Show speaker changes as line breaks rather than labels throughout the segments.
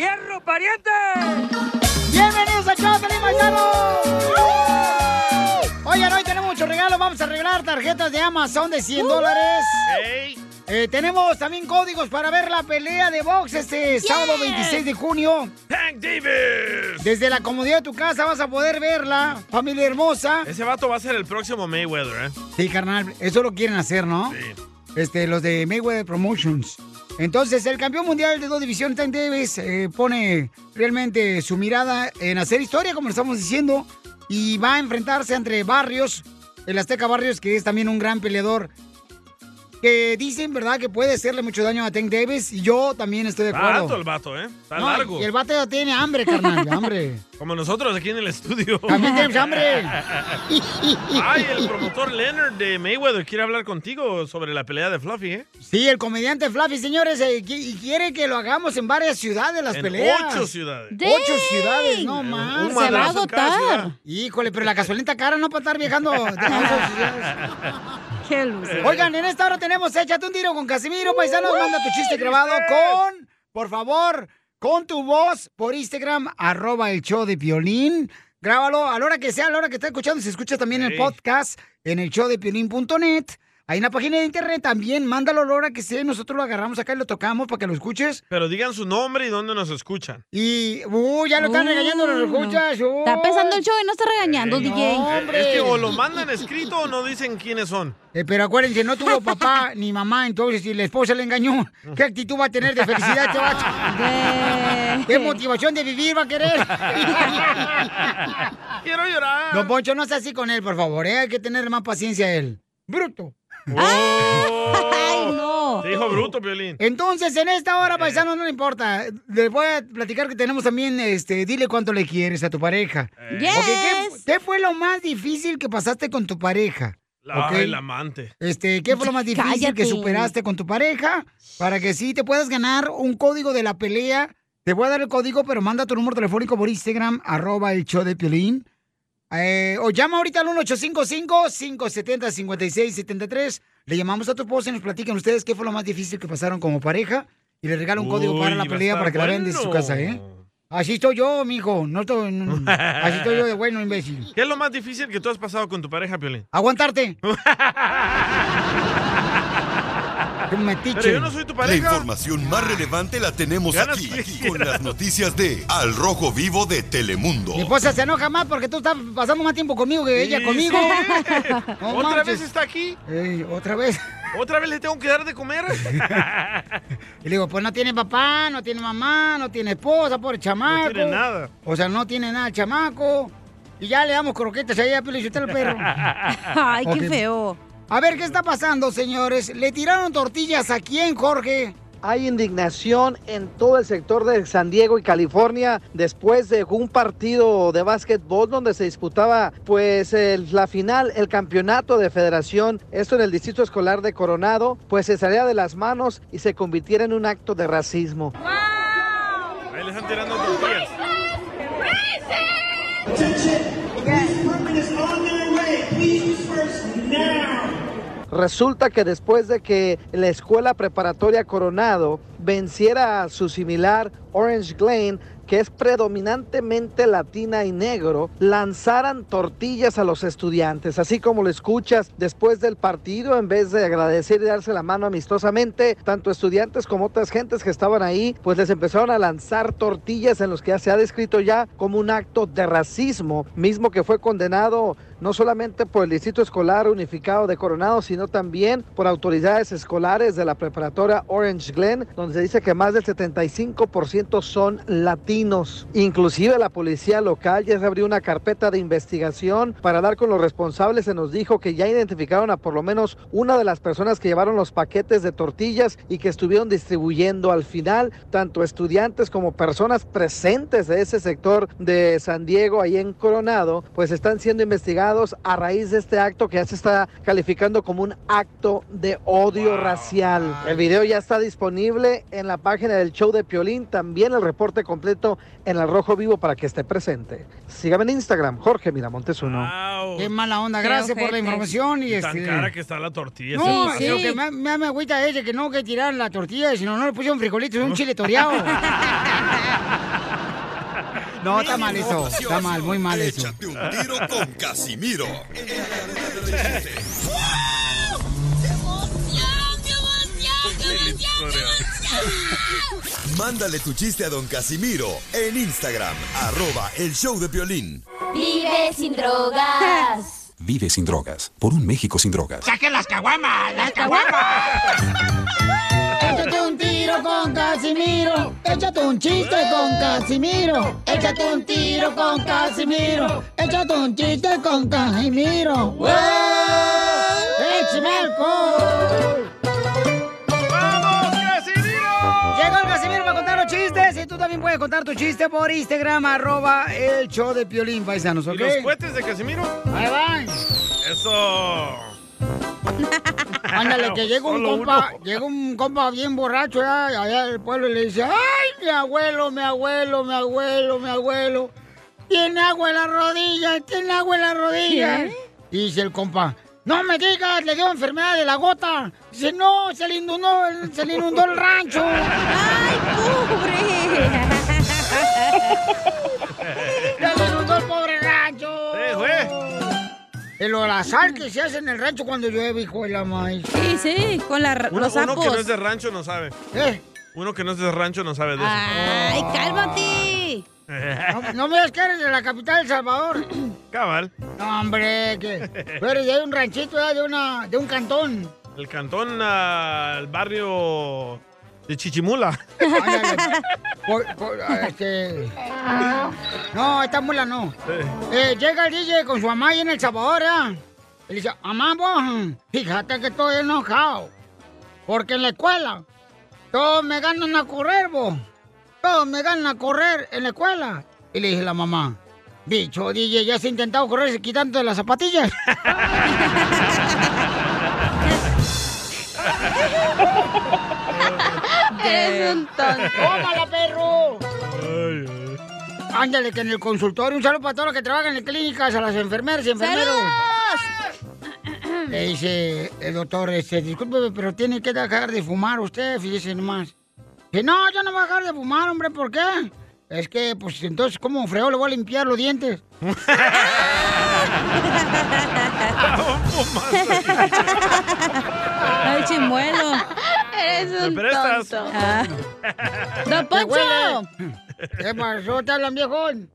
¡Hierro, pariente! ¡Bienvenidos a Chapelín Paisanos! Oigan, hoy tenemos muchos regalos. Vamos a regalar tarjetas de Amazon de 100 dólares. Eh, tenemos también códigos para ver la pelea de box este sábado 26 de junio.
Hank Davis.
Desde la comodidad de tu casa vas a poder verla, familia hermosa.
Ese vato va a ser el próximo Mayweather, ¿eh?
Sí, carnal, eso lo quieren hacer, ¿no? Sí. Este, los de Mayweather Promotions. Entonces, el campeón mundial de dos divisiones, Tank Davis, eh, pone realmente su mirada en hacer historia, como lo estamos diciendo, y va a enfrentarse entre Barrios, el Azteca Barrios, que es también un gran peleador, que dicen, ¿verdad?, que puede hacerle mucho daño a Tank Davis, y yo también estoy de
Está alto
acuerdo.
el vato, ¿eh? Está
No,
largo.
Y el vato ya tiene hambre, carnal, hambre.
Como nosotros aquí en el estudio.
También tenemos hambre.
Ay, el promotor Leonard de Mayweather quiere hablar contigo sobre la pelea de Fluffy, ¿eh?
Sí, el comediante Fluffy, señores, eh, qui- y quiere que lo hagamos en varias ciudades las
En
peleas.
ocho ciudades.
Ocho ciudades, no
Un
más.
madrazo en cada ciudad.
Híjole, pero la gasolina cara no para estar viajando. de ocho ciudades. Oigan, en esta hora tenemos Échate un tiro con Casimiro, paisanos. Manda tu chiste grabado con, por favor, con tu voz por Instagram, arroba el show de violín. Grábalo a la hora que sea, a la hora que está escuchando. Se escucha también el
Sí.
podcast en el show de piolín.net. Hay una página de internet también. Mándalo a la hora que sea. y Nosotros lo agarramos acá y lo tocamos para que lo escuches.
Pero digan su nombre y dónde nos escuchan.
Y, uh, ya lo están
Uh,
regañando los
no.
escuchas. uy.
Está pensando el show y no está regañando, DJ.
No, hombre.
Es que o lo mandan escrito o no dicen quiénes son.
Eh, pero acuérdense, no tuvo papá ni mamá, entonces si la esposa le engañó, ¿qué actitud va a tener de felicidad este vato? ¿Qué motivación de vivir va a querer?
Quiero llorar.
Don Poncho, no sea así con él, por favor, ¿eh? hay que tener más paciencia él. Bruto.
Ay, no.
Oh. Te dijo bruto, Piolín. Eh.
Entonces, en esta hora, paisano, no le importa. Les voy a platicar que tenemos también, este, dile cuánto le quieres a tu pareja.
Eh.
Yes.
Ok, ¿qué, qué fue lo más difícil que pasaste con tu pareja?
La,
Ok.
el amante.
Este, ¿qué fue lo más difícil
Cállate.
que superaste con tu pareja? Para que sí te puedas ganar un código de la pelea. Te voy a dar el código, pero manda tu número telefónico por Instagram, arroba el show de Piolín. Eh, o llama ahorita al 1855-570-5673. Le llamamos a tu esposa y nos platican ustedes qué fue lo más difícil que pasaron como pareja. Y le regalo un código
Uy,
para la
va a
pelea
estar
para que la vean desde su
bueno.
casa, ¿eh? Así estoy yo, mijo. No estoy- no- así estoy yo de bueno, imbécil.
¿Qué es lo más difícil que tú has pasado con tu pareja, Piolín?
Aguantarte. Tú
Pero
metiche.
yo no soy tu
La
pareja.
información más relevante la tenemos
Ganas
aquí,
que
aquí, con las noticias de Al Rojo Vivo de Telemundo.
Mi esposa se enoja más porque tú estás pasando más tiempo conmigo que ella
Sí,
conmigo.
sí.
No
¿Otra
manches.
vez está aquí?
Ey, otra vez.
¿Otra vez le tengo que dar de comer?
Y le digo, pues no tiene papá, no tiene mamá, no tiene esposa, pobre chamaco.
No tiene nada.
O sea, no tiene nada el chamaco. Y ya le damos croquetas ahí a Pilo y usted el perro.
Ay, qué
Ok.
feo.
A ver, ¿qué está pasando, señores? ¿Le tiraron tortillas a quién, Jorge?
Hay indignación en todo el sector de San Diego y California después de un partido de básquetbol donde se disputaba pues el- la final, el campeonato de federación, esto en el distrito escolar de Coronado, pues se salía de las manos y se convirtiera en un acto de racismo.
Ahí le están tirando tortillas.
Attention, the department is on their way. Please disperse now.
Resulta que después de que la escuela preparatoria Coronado venciera a su similar Orange Glen, que es predominantemente latina y negro, lanzaran tortillas a los estudiantes. Así como lo escuchas después del partido, en vez de agradecer y darse la mano amistosamente, tanto estudiantes como otras gentes que estaban ahí, pues les empezaron a lanzar tortillas en los que ya se ha descrito ya como un acto de racismo, mismo que fue condenado no solamente por el Distrito Escolar Unificado de Coronado, sino también por autoridades escolares de la preparatoria Orange Glen, donde se dice que más del 75% son latinos. Inclusive la policía local ya se abrió una carpeta de investigación para dar con los responsables. Se nos dijo que ya identificaron a por lo menos una de las personas que llevaron los paquetes de tortillas y que estuvieron distribuyendo al final tanto estudiantes como personas presentes de ese sector de San Diego ahí en Coronado, pues están siendo investigados a raíz de este acto que ya se está calificando como un acto de odio racial. El video ya está disponible en la página del show de Piolín, también el reporte completo en el Rojo Vivo para que esté presente. Sígame en Instagram, Jorge Miramontes uno.
Qué mala onda, gracias por la información. Y,
Y tan
este-
cara que Oh. está la tortilla.
No,
sí.
lo que me, me, me agüita es de que no que tirar la tortilla, sino no le pusieron frijolitos, un chile toreado. no, está mal eso, está mal, muy mal eso.
Échate un tiro con Casimiro. Mándale tu chiste a don Casimiro en Instagram, arroba el show de violín.
Vive sin drogas.
Vive sin drogas. Por un México sin drogas.
¡Saquen las caguamas! ¡Las caguamas! Échate un tiro con Casimiro. Échate un chiste con Casimiro. Échate un tiro con Casimiro. Échate un chiste con Casimiro. ¡Wow! ¡Échame alcohol! ¡Vamos, Casimiro! Llegó el Casimiro para contar los chistes. Y tú también puedes contar tu chiste por Instagram, arroba el show de Piolín, paisanos, ¿ok?
¿Y los cohetes de Casimiro?
Ahí van.
Eso.
Ándale, que llega un
Solo
compa,
uno.
llega un compa bien borracho allá, allá del pueblo y le dice, ay, mi abuelo, mi abuelo, mi abuelo, mi abuelo, tiene agua en la rodilla, tiene agua en la rodilla.
¿Quién?
Y dice el compa, no me digas, le dio enfermedad de la gota. Dice, no, se le inundó, el- se le inundó el rancho. ¡Ay, pobre! ¡Se le inundó el pobre rancho!
Eh,
El olazar que se hace en el rancho cuando llueve, hijo de la maíz. Sí, sí, con
Uno, uno que no es de rancho no sabe.
¿Eh?
Uno que no es de rancho no sabe de eso.
¡Ay, cálmate! No, no me digas que eres de la capital del Salvador.
Cabal.
No, hombre, que. Pero ya hay un ranchito, ya de, una, de un cantón.
El cantón al barrio de Chichimula.
Ándale. Por- por- ah, este... No, esta mula no. Eh, llega el DJ con su mamá ahí en El Salvador, ¿ah? Y le dice, mamá, vos, fíjate que estoy enojado. Porque en la escuela todos me ganan a correr, vos. Todos me ganan a correr en la escuela. Y le dije a la mamá, bicho, DJ, ¿ya has intentado correr quitando las zapatillas?
Eres un tonto.
¡Tómala, perro! Ándale, que en el consultorio, un saludo para todos los que trabajan en clínicas, a las enfermeras y enfermeros. Le dice el doctor, este, discúlpeme, pero tiene que dejar de fumar usted, fíjese nomás. Dice, no, yo no voy a dejar de fumar, hombre, ¿por qué? Es que, pues, entonces, ¿cómo freo le voy a limpiar los dientes?
Ay, chimuelo. Ah. Eres
un ¿Me prestas? tonto.
¡Don Poncho!
¿Qué pasó? ¿Te hablan, viejón?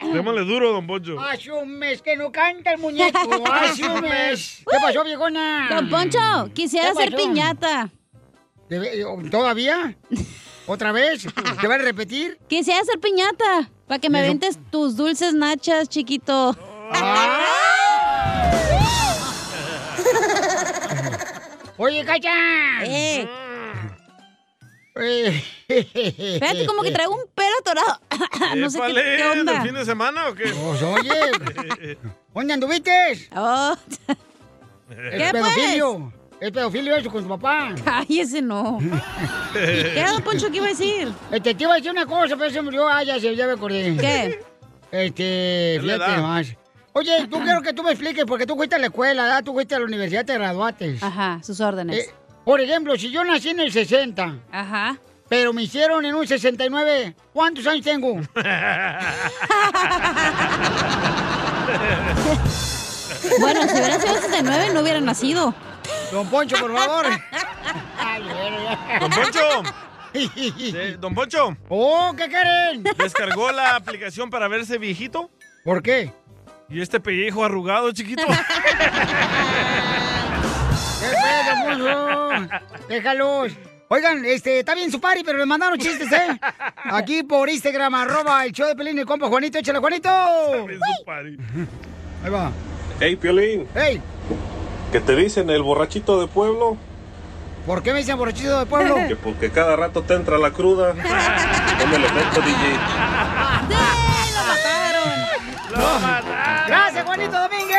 Démosle duro, don Bocho.
Asumes que no canta el muñeco, asumes. ¿Qué pasó, viejona?
Don Poncho, quisiera
¿Qué
ser
pasó?
piñata.
Debe- ¿Todavía? ¿Otra vez? ¿Te van a repetir?
Quisiera ser piñata. Para que me ventes tus dulces nachas, chiquito.
Ah. Oye, cacha.
Eh,
Espérate,
espérate, como
Eh.
que traigo un pelo atorado. Ah, no sé qué,
Épale,
qué
¿del
onda.
fin de semana o qué?
Pues oye, ¿dónde anduviste?
Oh, ¿Qué,
es pedofilia. Es pedofilia eso con tu papá.
Ay, ese no. ¿Qué era, don Poncho? ¿Qué iba a decir?
Este, te iba a decir una cosa, pero se me olvidó. Ah, ya, se- ya me acordé.
¿Qué?
Este,
Es la
fíjate
edad.
más. Oye, tú quiero que tú me expliques, porque tú fuiste a la escuela, ¿verdad? tú fuiste a la universidad, te graduaste. Eh,
Ajá, sus órdenes.
por ejemplo, si yo nací en el 60.
Ajá.
Pero me hicieron en un 69. ¿Cuántos años tengo?
Bueno, si hubiera sido 69, no hubiera nacido.
Don Poncho, por favor.
Don Poncho. Eh, Don Poncho.
Oh, ¿qué quieren?
¿Descargó la aplicación para verse viejito?
¿Por qué?
¿Y este pellejo arrugado, chiquito?
¡Qué pedo, Poncho! ¡Déjalos! Oigan, este, está bien su pari, pero le mandaron chistes, ¿eh? Aquí por Instagram, arroba el show de Pelín, el compa Juanito, échale, Juanito. Ahí va.
Hey, Piolín.
Hey.
¿Qué te dicen el borrachito de pueblo?
¿Por qué me dicen borrachito de pueblo?
Que porque cada rato te entra la cruda. Ponme el efecto, DJ.
¡Lo mataron! ¡Lo mataron! ¡Gracias, Juanito Domínguez!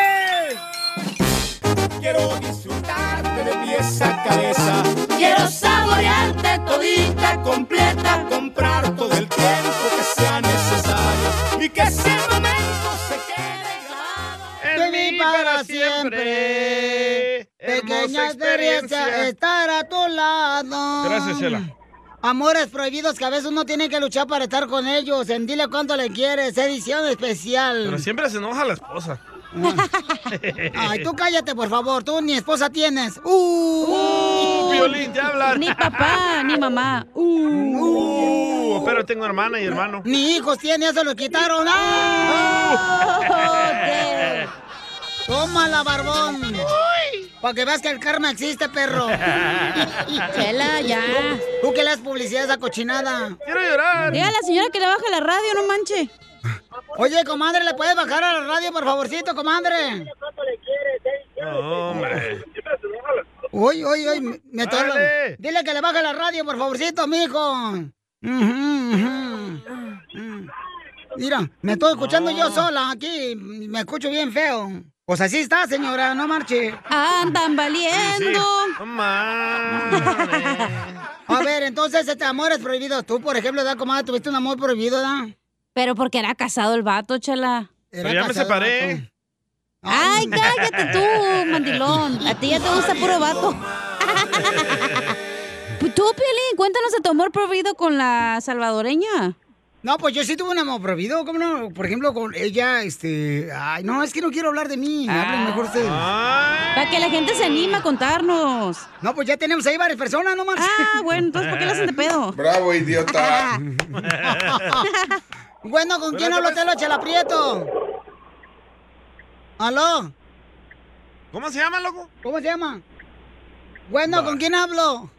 Quiero disfrutarte de pies a cabeza. Quiero saborearte todita, completa, comprar todo el tiempo que sea necesario. Y que ese momento se quede
En mí para siempre. Pequeña experiencia estar a tu lado.
Gracias, Chela.
Amores prohibidos que a veces uno tiene que luchar para estar con ellos. En dile cuánto le quieres. Edición especial.
Pero siempre se enoja la esposa.
Ay, tú cállate, por favor. Tú ni esposa tienes. ¡Uh!
Piolín, ya hablar.
Ni papá, ni mamá.
Uh, pero tengo hermana y hermano.
Ni hijos tiene, eso lo quitaron. ¡Ah! Tómala, barbón. Para que veas que el karma existe, perro.
Chela, ya.
Tú que le das publicidad a esa cochinada.
Quiero llorar.
Diga a la señora que le baje la radio, no manche.
Oye, comadre, ¿le puedes bajar a la radio, por favorcito, comadre?
hombre.
Uy, uy, uy, me- me torno.
Dale.
Dile que le baje la radio, por favorcito, mijo. Ujú, ujú. Mira, me estoy escuchando yo sola aquí. Me escucho bien feo. Pues así está, señora, no marche.
Andan valiendo.
A ver, entonces, este amor es prohibido. Tú, por ejemplo, da comadre, tuviste un amor prohibido, ¿da?
Pero porque era casado el vato, chela.
Pero ya me separé.
Ay, cállate tú, mandilón. A ti ya te gusta puro vato. Pues Tú, Piolín, cuéntanos de tu amor prohibido con la salvadoreña.
No, pues yo sí tuve un amor prohibido, ¿cómo no? Por ejemplo, con ella, este... Ay, no, es que no quiero hablar de mí, me hablen
Ah.
mejor ustedes.
Para que la gente se anime a contarnos.
No, pues ya tenemos ahí varias personas, nomás.
Ah, bueno, entonces, ¿por qué la hacen de pedo?
Bravo, idiota.
bueno, ¿con quién hablo, Telo Chelaprieto? ¿Aló?
¿Cómo se llama, loco?
¿Cómo se llama? Bueno, ¿con quién hablo?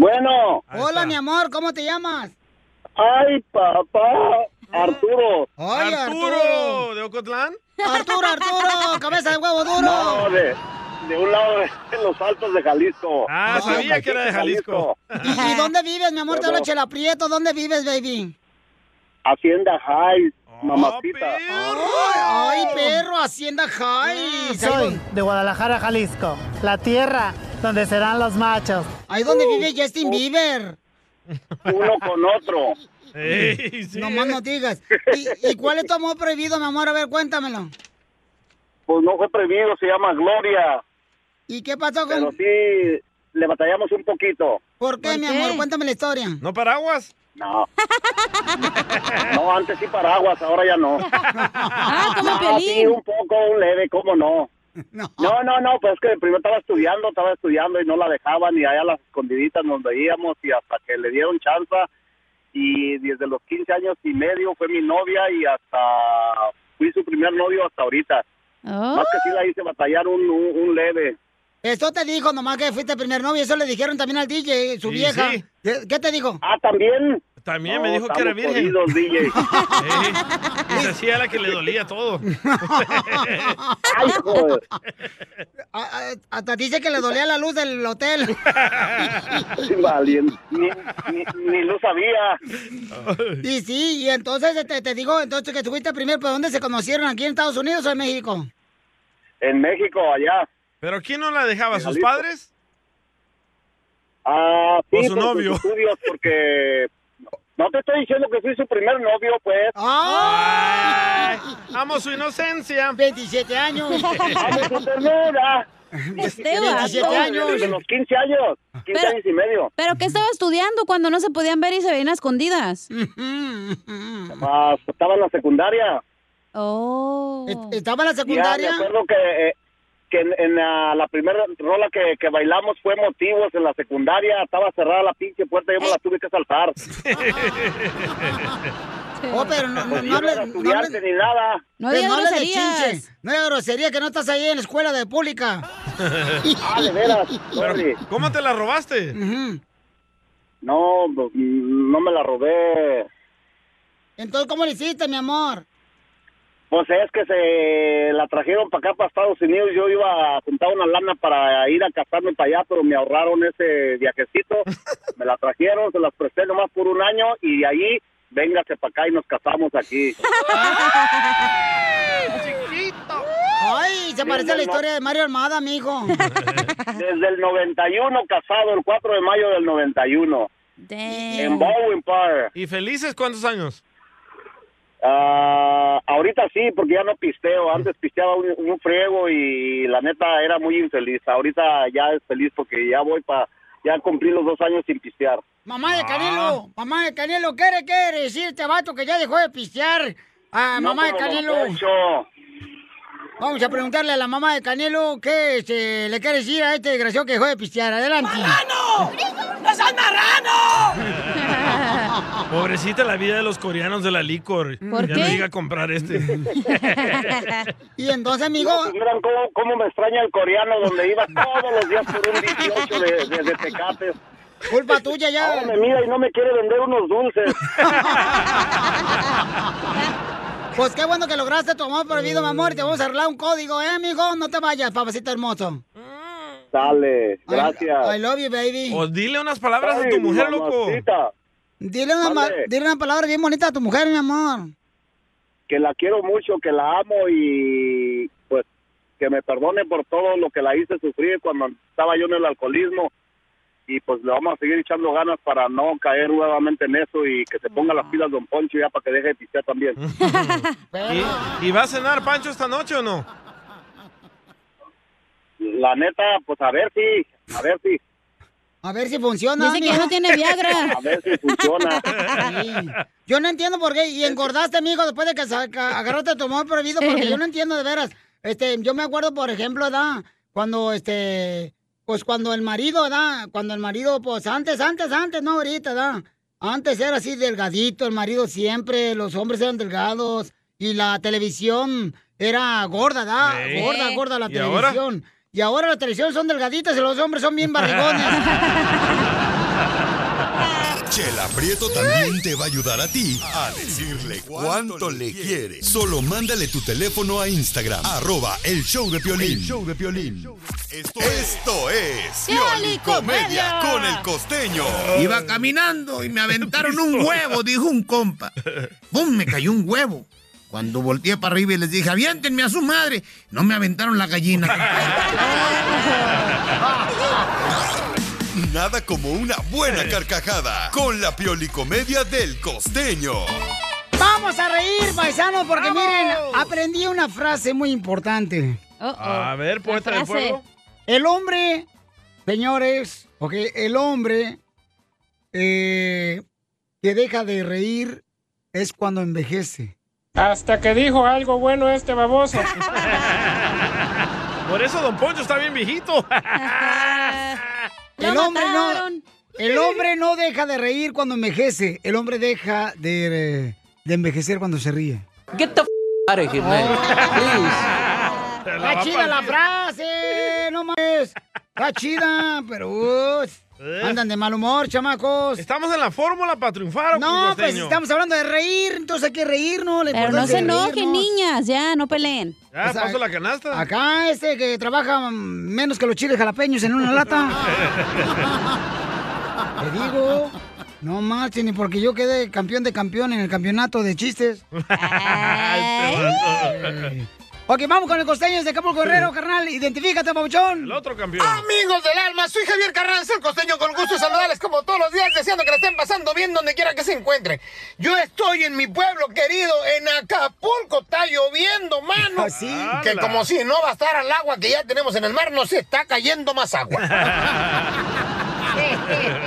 Bueno.
Hola, mi amor, ¿cómo te llamas?
Ay, papá. Arturo.
Ay, Arturo.
Oh, ¿De Ocotlán?
Arturo, Arturo, cabeza de huevo duro.
No, de, de un lado de los altos de Jalisco.
Ah, sabía que era de Jalisco.
¿Y, y dónde vives, mi amor? Te hablo Chelaprieto, ¿dónde vives, baby?
Hacienda High, Oh,
Oh.
mamacita. Oh.
Ay, perro, Hacienda High.
Soy de Guadalajara, Jalisco, la tierra donde serán los machos. Uh.
Ahí donde vive
Oh.
Justin Bieber.
Uno con otro.
No más no digas. ¿Y, y cuál es tu amor prohibido, mi amor? A ver, cuéntamelo.
Pues no fue prohibido, se llama Gloria.
¿Y qué pasó con...?
Pero sí, le batallamos un poquito.
¿Por qué, mi amor? Cuéntame la historia.
¿No paraguas?
No. No, antes sí paraguas, ahora ya no.
Ah,
como Piolín.
sí, un poco, un leve, ¿cómo no? No. no, no, pues es que primero estaba estudiando, estaba estudiando y no la dejaban y allá las escondiditas nos veíamos y hasta que le dieron chance y desde los 15 años y medio fue mi novia y hasta fui su primer novio hasta ahorita. Más que sí la hice batallar un, un, un leve.
Esto te dijo nomás que fuiste primer novio. Eso le dijeron también al DJ, su
Sí,
vieja.
sí.
¿Qué, qué te dijo?
Ah, también.
También
No,
me dijo que era
estamos
virgen.
jodidos, DJ.
Sí. Y se hacía la que le dolía todo.
Ay, joder.
A- a- hasta dice que le dolía la luz del hotel.
Valiente. Ni, ni, ni lo sabía.
Y sí, y entonces este, te digo, entonces que estuviste primero, ¿pero dónde se conocieron? ¿Aquí en Estados Unidos o en México?
En México, allá.
¿Pero quién no la dejaba? ¿Sus
Jalisco.
padres?
Ah, sí,
O su
Ah, por sus
novio.
estudios, porque No te estoy diciendo que fui su primer novio, pues.
Ah.
¡Ay! Amo su inocencia.
27 años.
¡Amo su ternura!
Este vato.
Desde los 15 años. 15
Pero-
años y medio.
¿Pero qué estaba estudiando cuando no se podían ver y se veían a escondidas?
Ah, estaba en la secundaria.
Oh.
¿Estaba en la
Ya, me acuerdo que, eh, que en, en, ah, la primera rola que, que bailamos fue Motivos en la secundaria. Estaba cerrada la pinche puerta, yo me la tuve que saltar.
Oh, pero no, no,
Pues
no
yo
hables-
era
no
estudiante
hables-
ni nada.
Eh, No
Pero
digas
no hables de
groserías.
chinche.
no digas grosería, que no estás ahí en la escuela de pública.
Ah, de veras. Sorry.
Pero, ¿Cómo te la robaste?
No, pues, mm, no me la robé.
Entonces, ¿cómo le hiciste, mi amor?
Pues es que se la trajeron para acá, para Estados Unidos. Yo iba a juntar una lana para ir a casarme para allá, pero me ahorraron ese viajecito. Me la trajeron, se las presté nomás por un año y de ahí, véngase para acá y nos casamos aquí.
¡Chiquito! Ay, se
Sí,
parece a la
mi amor.
historia de Mario Armada, mijo.
Desde el 91 casado, el 4 de mayo del 91. En Bowen Park.
¿Y felices cuántos años?
Ah, ahorita sí, porque ya no pisteo. Antes pisteaba un, un friego y la neta era muy infeliz. Ahorita ya es feliz porque ya voy para... Ya cumplí los dos años sin pistear.
Mamá de Canelo, mamá de Canelo, ¿qué le quiere decir este vato que ya dejó de pistear a
No
mamá de
como Don
Canelo?
Poncho.
Vamos a preguntarle a la mamá de Canelo qué este, le quiere decir a este desgraciado que dejó de pistear. Adelante. ¡Marrano! ¡No seas marrano!
Pobrecita la vida de los coreanos de la licor.
¿Por
ya
qué?
no llega a comprar este.
y entonces, Pues, amigo...
Miren cómo, cómo me extraña el coreano donde iba todos los días por un 18 de, de, de tecates.
Culpa tuya ya.
Ahora me mira y no me quiere vender unos dulces.
Pues qué bueno que lograste tu amor prohibido, mi amor. Te vamos a arreglar un código, ¿eh, amigo? No te vayas, papacito hermoso.
Dale, gracias.
I love you, baby.
O dile unas palabras a
Ay,
tu mujer, loco.
mamacita,
Dile una, ma-
Mande.
dile una palabra bien bonita a tu mujer, mi amor.
Que la quiero mucho, que la amo y pues que me perdone por todo lo que la hice sufrir cuando estaba yo en el alcoholismo. Y pues le vamos a seguir echando ganas para no caer nuevamente en eso y que se ponga las pilas Don Poncho ya para que deje de pistear también.
¿Y, y va a cenar Pancho esta noche o no?
La neta, pues a ver si, a ver si.
A ver si funciona.
Dice que
amigo.
no tiene Viagra.
A ver si funciona.
Yo no entiendo por qué. Y engordaste, amigo, después de que saca- agarraste tu amor prohibido, porque yo no entiendo de veras. Este, yo me acuerdo, por ejemplo, da, cuando este, pues cuando el marido, da, cuando el marido, pues antes, antes, antes, no ahorita, da. Antes era así delgadito, el marido siempre, los hombres eran delgados, y la televisión era gorda, da,
Sí.
gorda, gorda la
¿Y ahora?
televisión. Y ahora la televisión son delgaditas y los hombres son bien barrigones.
Chela Prieto también te va a ayudar a ti a decirle cuánto le quiere. Solo mándale tu teléfono a Instagram, arroba el show de Piolín.
El
de Esto, esto es Pioli Comedia con el costeño.
Iba caminando y me aventaron un huevo, dijo un compa. ¡Pum! Me cayó un huevo. Cuando volteé para arriba y les dije, aviéntenme a su madre, no me aventaron la gallina.
Nada como una buena carcajada con la Pioli Comedia del costeño.
Vamos a reír, paisanos, porque miren, aprendí una frase muy importante.
A ver, pues. poeta del pueblo.
El hombre, señores, ok, el hombre eh, que deja de reír es cuando envejece.
Hasta que dijo algo bueno este baboso.
Por eso Don Poncho está bien viejito.
El hombre no. El hombre no deja de reír cuando envejece. El hombre deja de, de envejecer cuando se ríe. Get the
out of here,
la va
Está
a
Ah, chida la
partir.
frase, no mames. Está chida, pero uff, andan de mal humor, chamacos.
Eh. Estamos en la fórmula para triunfar.
No, pues
costeño?
estamos hablando de reír, entonces hay que reírnos. la
Pero no
importancia
se
de
enojen,
reírnos.
niñas, ya, no peleen.
Ya,
O sea,
paso la canasta.
Acá este que trabaja menos que los chiles jalapeños en una lata. Te digo, no marchen, ni porque yo quedé campeón de campeón en el campeonato de chistes. Ok, vamos con el costeño de Acapulco Guerrero, carnal. Identifícate, Pabuchón. El
otro campeón.
Amigos del alma, soy Javier Carranza, el costeño, con gusto de saludarles como todos los días, deseando que la estén pasando bien donde quiera que se encuentren. Yo estoy en mi pueblo querido, en Acapulco, está lloviendo, mano.
Así.
Que como si no bastara el agua que ya tenemos en el mar, nos está cayendo más agua.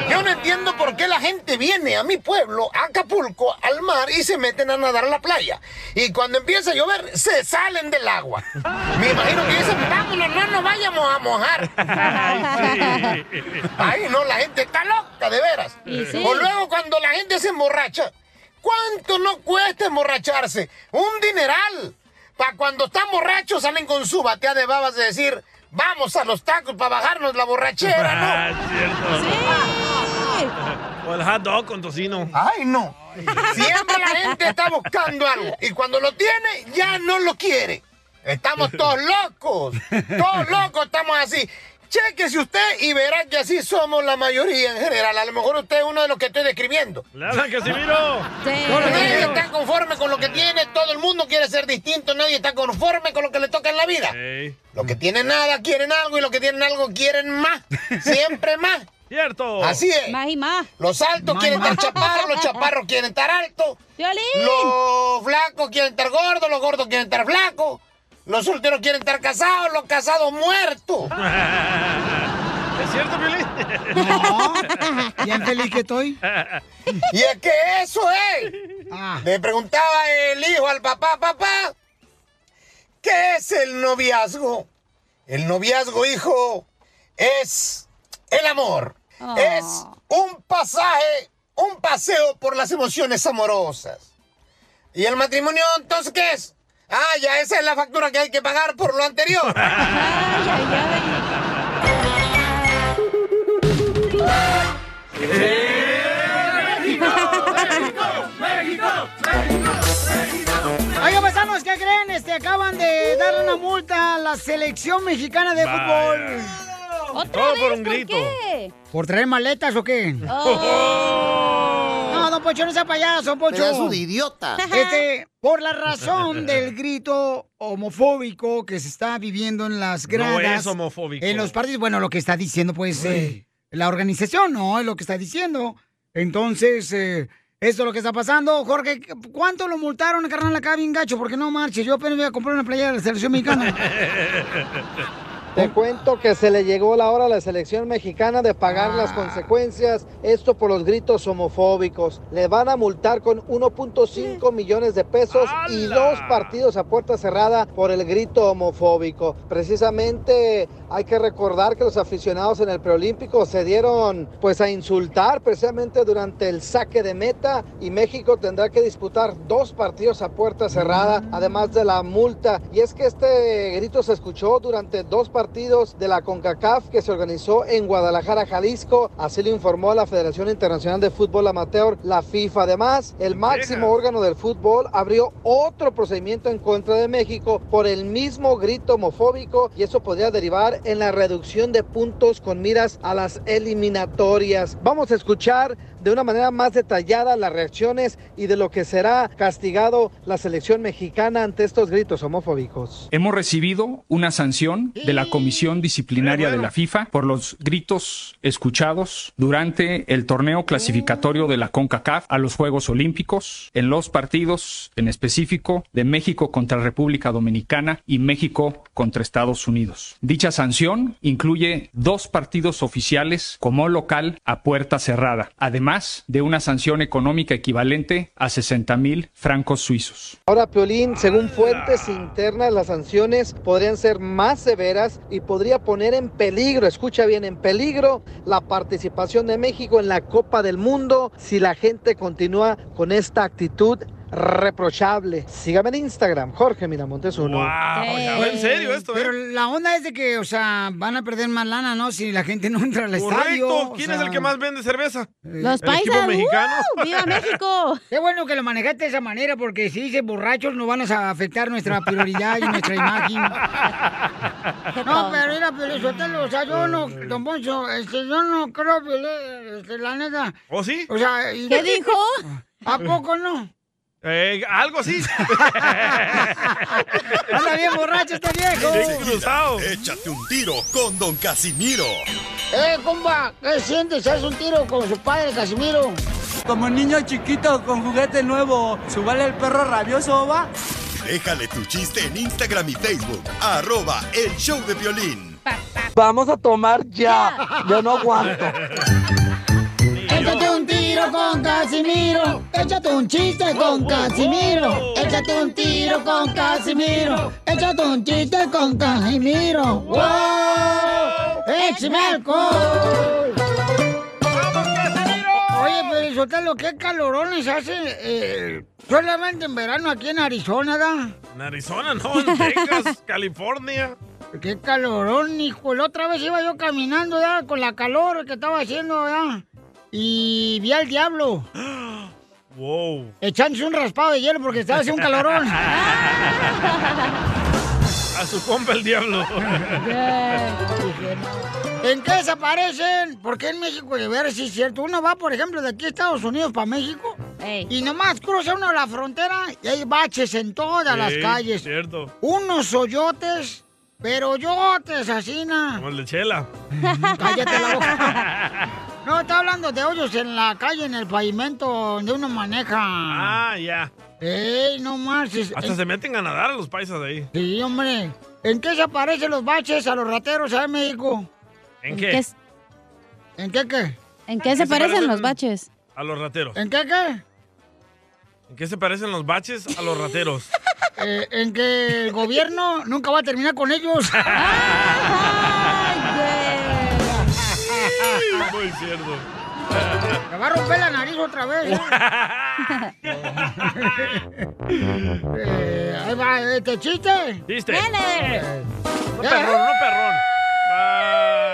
Yo no entiendo por qué la gente viene a mi pueblo, a Acapulco, al mar y se meten a nadar a la playa. Y cuando empieza a llover, se salen del agua. Me imagino que dicen, vámonos, no nos vayamos a mojar.
Ay, sí.
Ay, no, la gente está loca, de veras.
Y sí.
O luego cuando la gente se emborracha, ¿cuánto no cuesta emborracharse? Un dineral. Para cuando están borrachos salen con su batea de babas de decir, vamos a los tacos para bajarnos la borrachera, ¿no?
Ah, cierto. O el hot dog con tocino.
Ay, no. Siempre la gente está buscando algo y cuando lo tiene ya no lo quiere. Estamos todos locos, todos locos estamos así. Chéquese usted y verá que así somos la mayoría en general. A lo mejor usted es uno de los que estoy describiendo.
¡Le hablan, Casimiro!
Nadie está conforme con lo que tiene, todo el mundo quiere ser distinto, nadie está conforme con lo que le toca en la vida. Los que tienen nada quieren algo y los que tienen algo quieren más. Siempre más.
Cierto.
Así es. Los altos quieren estar chaparros, los chaparros quieren estar altos. Los flacos quieren estar gordos, los gordos quieren estar flacos. Los solteros quieren estar casados, los casados muertos.
¿Es cierto, Piolín?
ya feliz que estoy. Y es que eso es.
Ah.
Le preguntaba el hijo al papá, papá, ¿qué es el noviazgo? El noviazgo, hijo, es el amor.
Ah.
Es un pasaje, un paseo por las emociones amorosas. ¿Y el matrimonio entonces qué es? Ah, ya esa es la factura que hay que pagar por lo anterior.
Oiga, paisanos, ¿qué creen? Este, acaban de dar una multa a la selección mexicana de
Vaya.
fútbol.
Todo por un grito.
¿Por traer maletas o qué?
Oh.
No, don Pocho, no sea payaso, Pocho.
Pedazo de idiota.
Este, por la razón del grito homofóbico que se está viviendo en las gradas.
No es homofóbico.
En los partidos, bueno, lo que está diciendo, pues, eh, la organización, ¿no? Es lo que está diciendo. Entonces, eh, esto es lo que está pasando. Jorge, ¿cuánto lo multaron, carnal, acá bien gacho? Porque no marche, yo apenas voy a comprar una playera de la selección mexicana.
Te cuento que se le llegó la hora a la selección mexicana de pagar las consecuencias, esto por los gritos homofóbicos. Le van a multar con 1.5 millones de pesos y dos partidos a puerta cerrada por el grito homofóbico. Precisamente hay que recordar que los aficionados en el preolímpico se dieron pues a insultar precisamente durante el saque de meta y México tendrá que disputar dos partidos a puerta cerrada, además de la multa. Y es que este grito se escuchó durante dos partidos de la CONCACAF que se organizó en Guadalajara, Jalisco. Así lo informó la Federación Internacional de Fútbol Amateur, la FIFA. Además, el máximo órgano del fútbol abrió otro procedimiento en contra de México por el mismo grito homofóbico y eso podría derivar en la reducción de puntos con miras a las eliminatorias. Vamos a escuchar de una manera más detallada las reacciones y de lo que será castigado la selección mexicana ante estos gritos homofóbicos.
Hemos recibido una sanción de la Comisión Disciplinaria de la FIFA por los gritos escuchados durante el torneo clasificatorio de la CONCACAF a los Juegos Olímpicos, en los partidos en específico de México contra República Dominicana y México contra Estados Unidos. Dicha sanción incluye dos partidos oficiales como local a puerta cerrada, además de una sanción económica equivalente a 60 mil francos suizos.
Ahora, Piolín, según fuentes internas, las sanciones podrían ser más severas y podría poner en peligro, escucha bien, en peligro la participación de México en la Copa del Mundo si la gente continúa con esta actitud reprochable. Sígame en Instagram, Jorge Miramontes uno.
Oh,
Eh,
¿eh?
Pero la onda es de que, o sea, van a perder más lana, ¿no? Si la gente no entra al estadio.
Correcto.
o
¿Quién
sea.
es el que más vende cerveza?
Los
el equipo
paisas,
mexicano.
¡uh! ¡Viva México! Qué bueno que lo manejaste de esa manera, porque si dices borrachos, no van a afectar nuestra prioridad y nuestra imagen. No, pero era Sotelo, o sea, yo no, don Poncho, este, yo no creo,
¿Oh,
Piolín, este, la neta.
¿O sí?
O sea, y- ¿A poco no?
Eh, algo sí.
Anda bien borracho este viejo.
Enseguida, échate un tiro con Don Casimiro.
¡Eh, compa! ¿Qué sientes? ¿Haz un tiro con su padre, Casimiro?
Como niño chiquito con juguete nuevo, ¿subale Oh, el perro rabioso, va?
Déjale tu chiste en Instagram y Facebook. Arroba El Show de Violín.
Vamos a tomar ya. Yo no aguanto.
Échate un tiro con Casimiro. Échate un chiste con Casimiro. Échate un tiro con Casimiro. Échate un chiste con Casimiro. ¡Wow! ¡Échame alcohol!
Oye, pero Sotelo, qué calorones hace eh, solamente en verano aquí en Arizona, ¿da?
En Arizona, no, en Texas, California.
Qué calorón, hijo. La otra vez iba yo caminando, ¿da? Con la calor que estaba haciendo, ¿da? Y vi al diablo.
Wow.
Echándose un raspado de hielo porque estaba haciendo un calorón.
A su compa el diablo.
¿En qué se parecen? Porque en México, de ver si es cierto, uno va, por ejemplo, de aquí a Estados Unidos para México y nomás cruza uno la frontera y hay baches en todas las
Ey,
calles.
Cierto.
Unos hoyotes, pero hoyotes, asesina.
Como el de Chela.
Cállate la boca. No, está hablando de hoyos en la calle, en el pavimento donde uno maneja.
Ah, ya.
Ey, no marches.
Hasta se meten a nadar los paisas de ahí.
Sí, hombre. ¿En qué se aparecen los baches a los rateros allá en México?
¿En qué?
¿En qué qué?
¿En qué se parecen los baches?
A los rateros.
¿En qué qué?
¿En qué se parecen los baches a los rateros?
Eh, en que el gobierno nunca va a terminar con ellos.
Muy cierto.
Me va a romper la nariz otra vez. ¿eh? Eh, ahí va, este chiste.
¿Viste?
Dale.
No perrón, no perrón.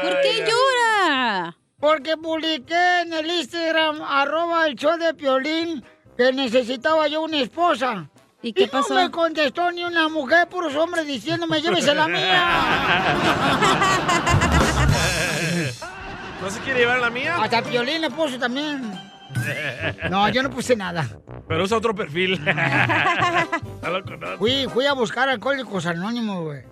¿Por
qué llora?
Porque publiqué en el Instagram, arroba el show de Piolín, que necesitaba yo una esposa. ¿Y qué pasó? No me contestó ni una mujer, puros hombres diciéndome, llévese la mía.
¿No se quiere llevar la mía?
Hasta Piolín le puso también. No, yo no puse nada.
Pero usa otro perfil. Está loco, ¿no?
Fui, fui a buscar alcohólicos anónimos, güey.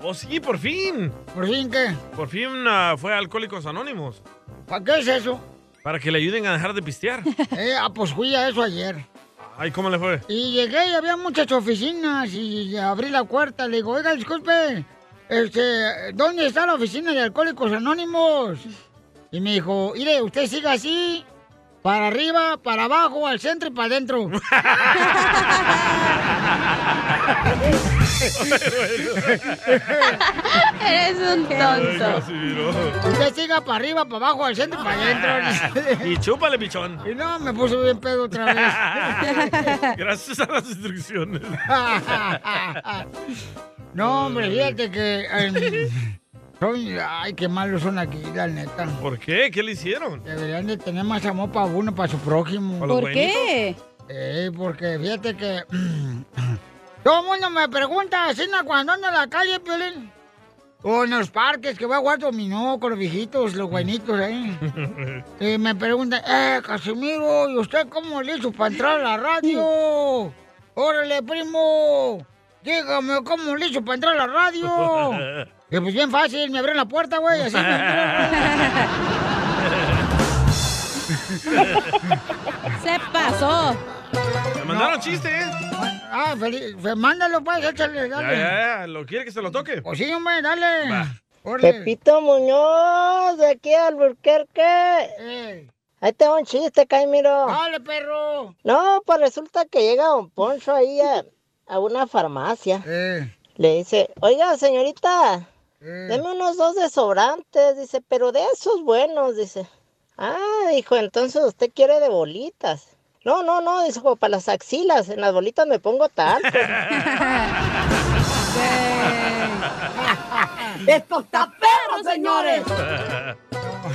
Oh, sí, por fin.
¿Por fin qué?
Por fin ah, fue a Alcohólicos Anónimos.
¿Para qué es eso?
Para que le ayuden a dejar de pistear.
Eh, ah, pues fui a eso ayer.
Ay, ¿cómo le fue?
Y llegué y había muchas oficinas y abrí la puerta. Le digo, oiga, disculpe, este, ¿dónde está la oficina de Alcohólicos Anónimos? Y me dijo, mire, usted siga así, para arriba, para abajo, al centro y para adentro.
Eres un
Ay,
tonto.
Casimiro.
usted siga para arriba, para abajo, al centro y para adentro.
y chúpale, pichón.
Y no, me puse bien pedo otra vez.
Gracias a las instrucciones. Mm.
No, hombre, fíjate que. em, son- ay, qué malos son aquí, la neta.
¿Por qué? ¿Qué le hicieron?
Deberían de tener más amor para uno, para su prójimo.
¿Para los ¿Por
qué?
Eh, porque fíjate que. Todo el mundo me pregunta, Sina, cuando ando en la calle, Piolín. O en los parques, que voy a jugar dominó con los viejitos, los buenitos ahí. Y me preguntan, eh, Casimiro, ¿y usted cómo le hizo para entrar a la radio? Órale, primo, dígame cómo le hizo para entrar a la radio. Y pues bien fácil, me abrieron la puerta, güey, así. me
Se pasó.
Me mandaron chistes.
Ah, feliz, fe- mándalo, pues, échale,
Ya,
dale.
ya, ya. ¿Lo quiere que se lo toque?
Pues sí, hombre, dale.
Pepito Muñoz, de aquí al Burquerque. Ahí te va un chiste, Caimiro.
Dale, perro.
No, pues resulta que llega don Poncho ahí a, a una farmacia. Le dice, oiga, señorita, deme unos dos desobrantes, dice, pero de esos buenos, dice. Ah, dijo, entonces usted quiere de bolitas. No, no, no, dice, como para las axilas, en las bolitas me pongo tanto.
¡Esto está perro, señores!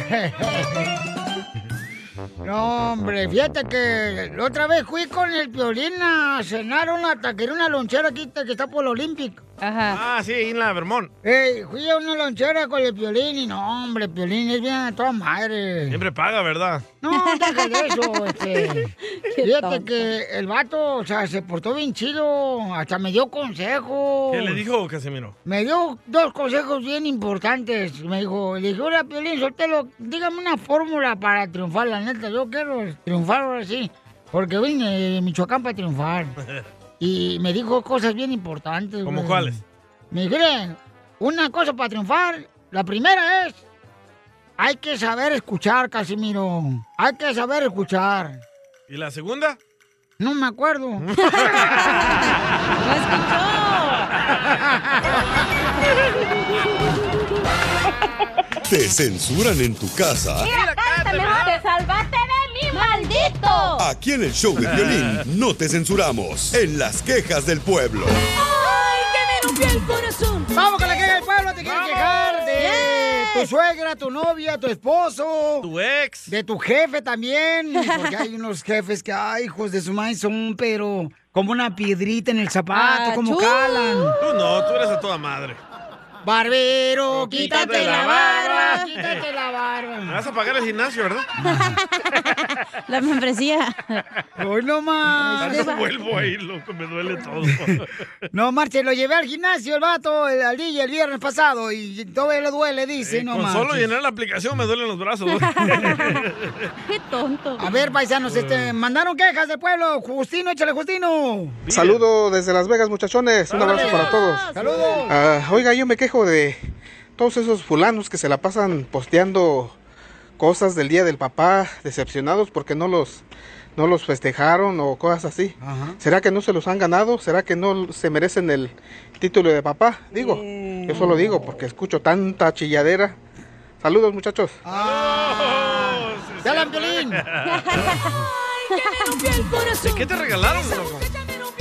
No, hombre, fíjate que la otra vez fui con el violín a cenar una taquería, una lonchera aquí que está por el Olympic.
Ajá.
Ah, sí, ahí en la Vermont.
Ey, fui a una lonchera con el Piolín y no, hombre, Piolín es bien a toda madre.
Siempre paga, ¿verdad?
No, deja de eso, este. Fíjate que el vato, o sea, se portó bien chido, hasta me dio consejos.
¿Qué le dijo Casimiro?
Me dio dos consejos bien importantes. Me dijo, le dije, hola, Piolín, Sotelo, dígame una fórmula para triunfar, la neta, yo quiero triunfar ahora sí. Porque vine de Michoacán para triunfar. Y me dijo cosas bien importantes.
¿Cómo
güey.
cuáles?
Me dijeron, una cosa para triunfar, la primera es, hay que saber escuchar, Casimiro. Hay que saber escuchar.
¿Y la segunda?
No me acuerdo.
Te censuran en tu casa.
Mira, cántame, te salvaste de mí, maldito.
Aquí en el show de violín no te censuramos. En las quejas del pueblo.
Ay, que me rompió el corazón.
Vamos con la queja del pueblo, te quieres quejar de tu suegra, tu novia, tu esposo.
Tu ex.
De tu jefe también. Porque hay unos jefes que, ay, hijos de su madre, son pero como una piedrita en el zapato, Ah, como calan.
Tú no, tú eres a toda madre.
Barbero,
quítate
quítate
la
la barba,
barba.
quítate la
Me
barba.
vas a pagar el gimnasio, ¿verdad?
La membresía.
Hoy no más.
No vuelvo a ir, loco, me duele todo.
No, marche, lo llevé al gimnasio el vato, el, al DJ el viernes pasado y todavía le duele, dice,
Eh,
no
Con
más.
solo llenar la aplicación me duelen los brazos.
Qué tonto. A ver, paisanos, este, mandaron quejas del pueblo. Justino, échale, Justino.
Saludo desde Las Vegas, muchachones. Un abrazo para todos.
Saludos.
Ah, oiga, yo me quejo de todos esos fulanos que se la pasan posteando cosas del día del papá, decepcionados porque no los no los festejaron o cosas así. ¿Será que no se los han ganado? ¿Será que no se merecen el título de papá? Digo,
Eh,
yo solo digo porque escucho tanta chilladera. Saludos, muchachos.
¡Ya la violín!
¿De qué te regalaron, loco?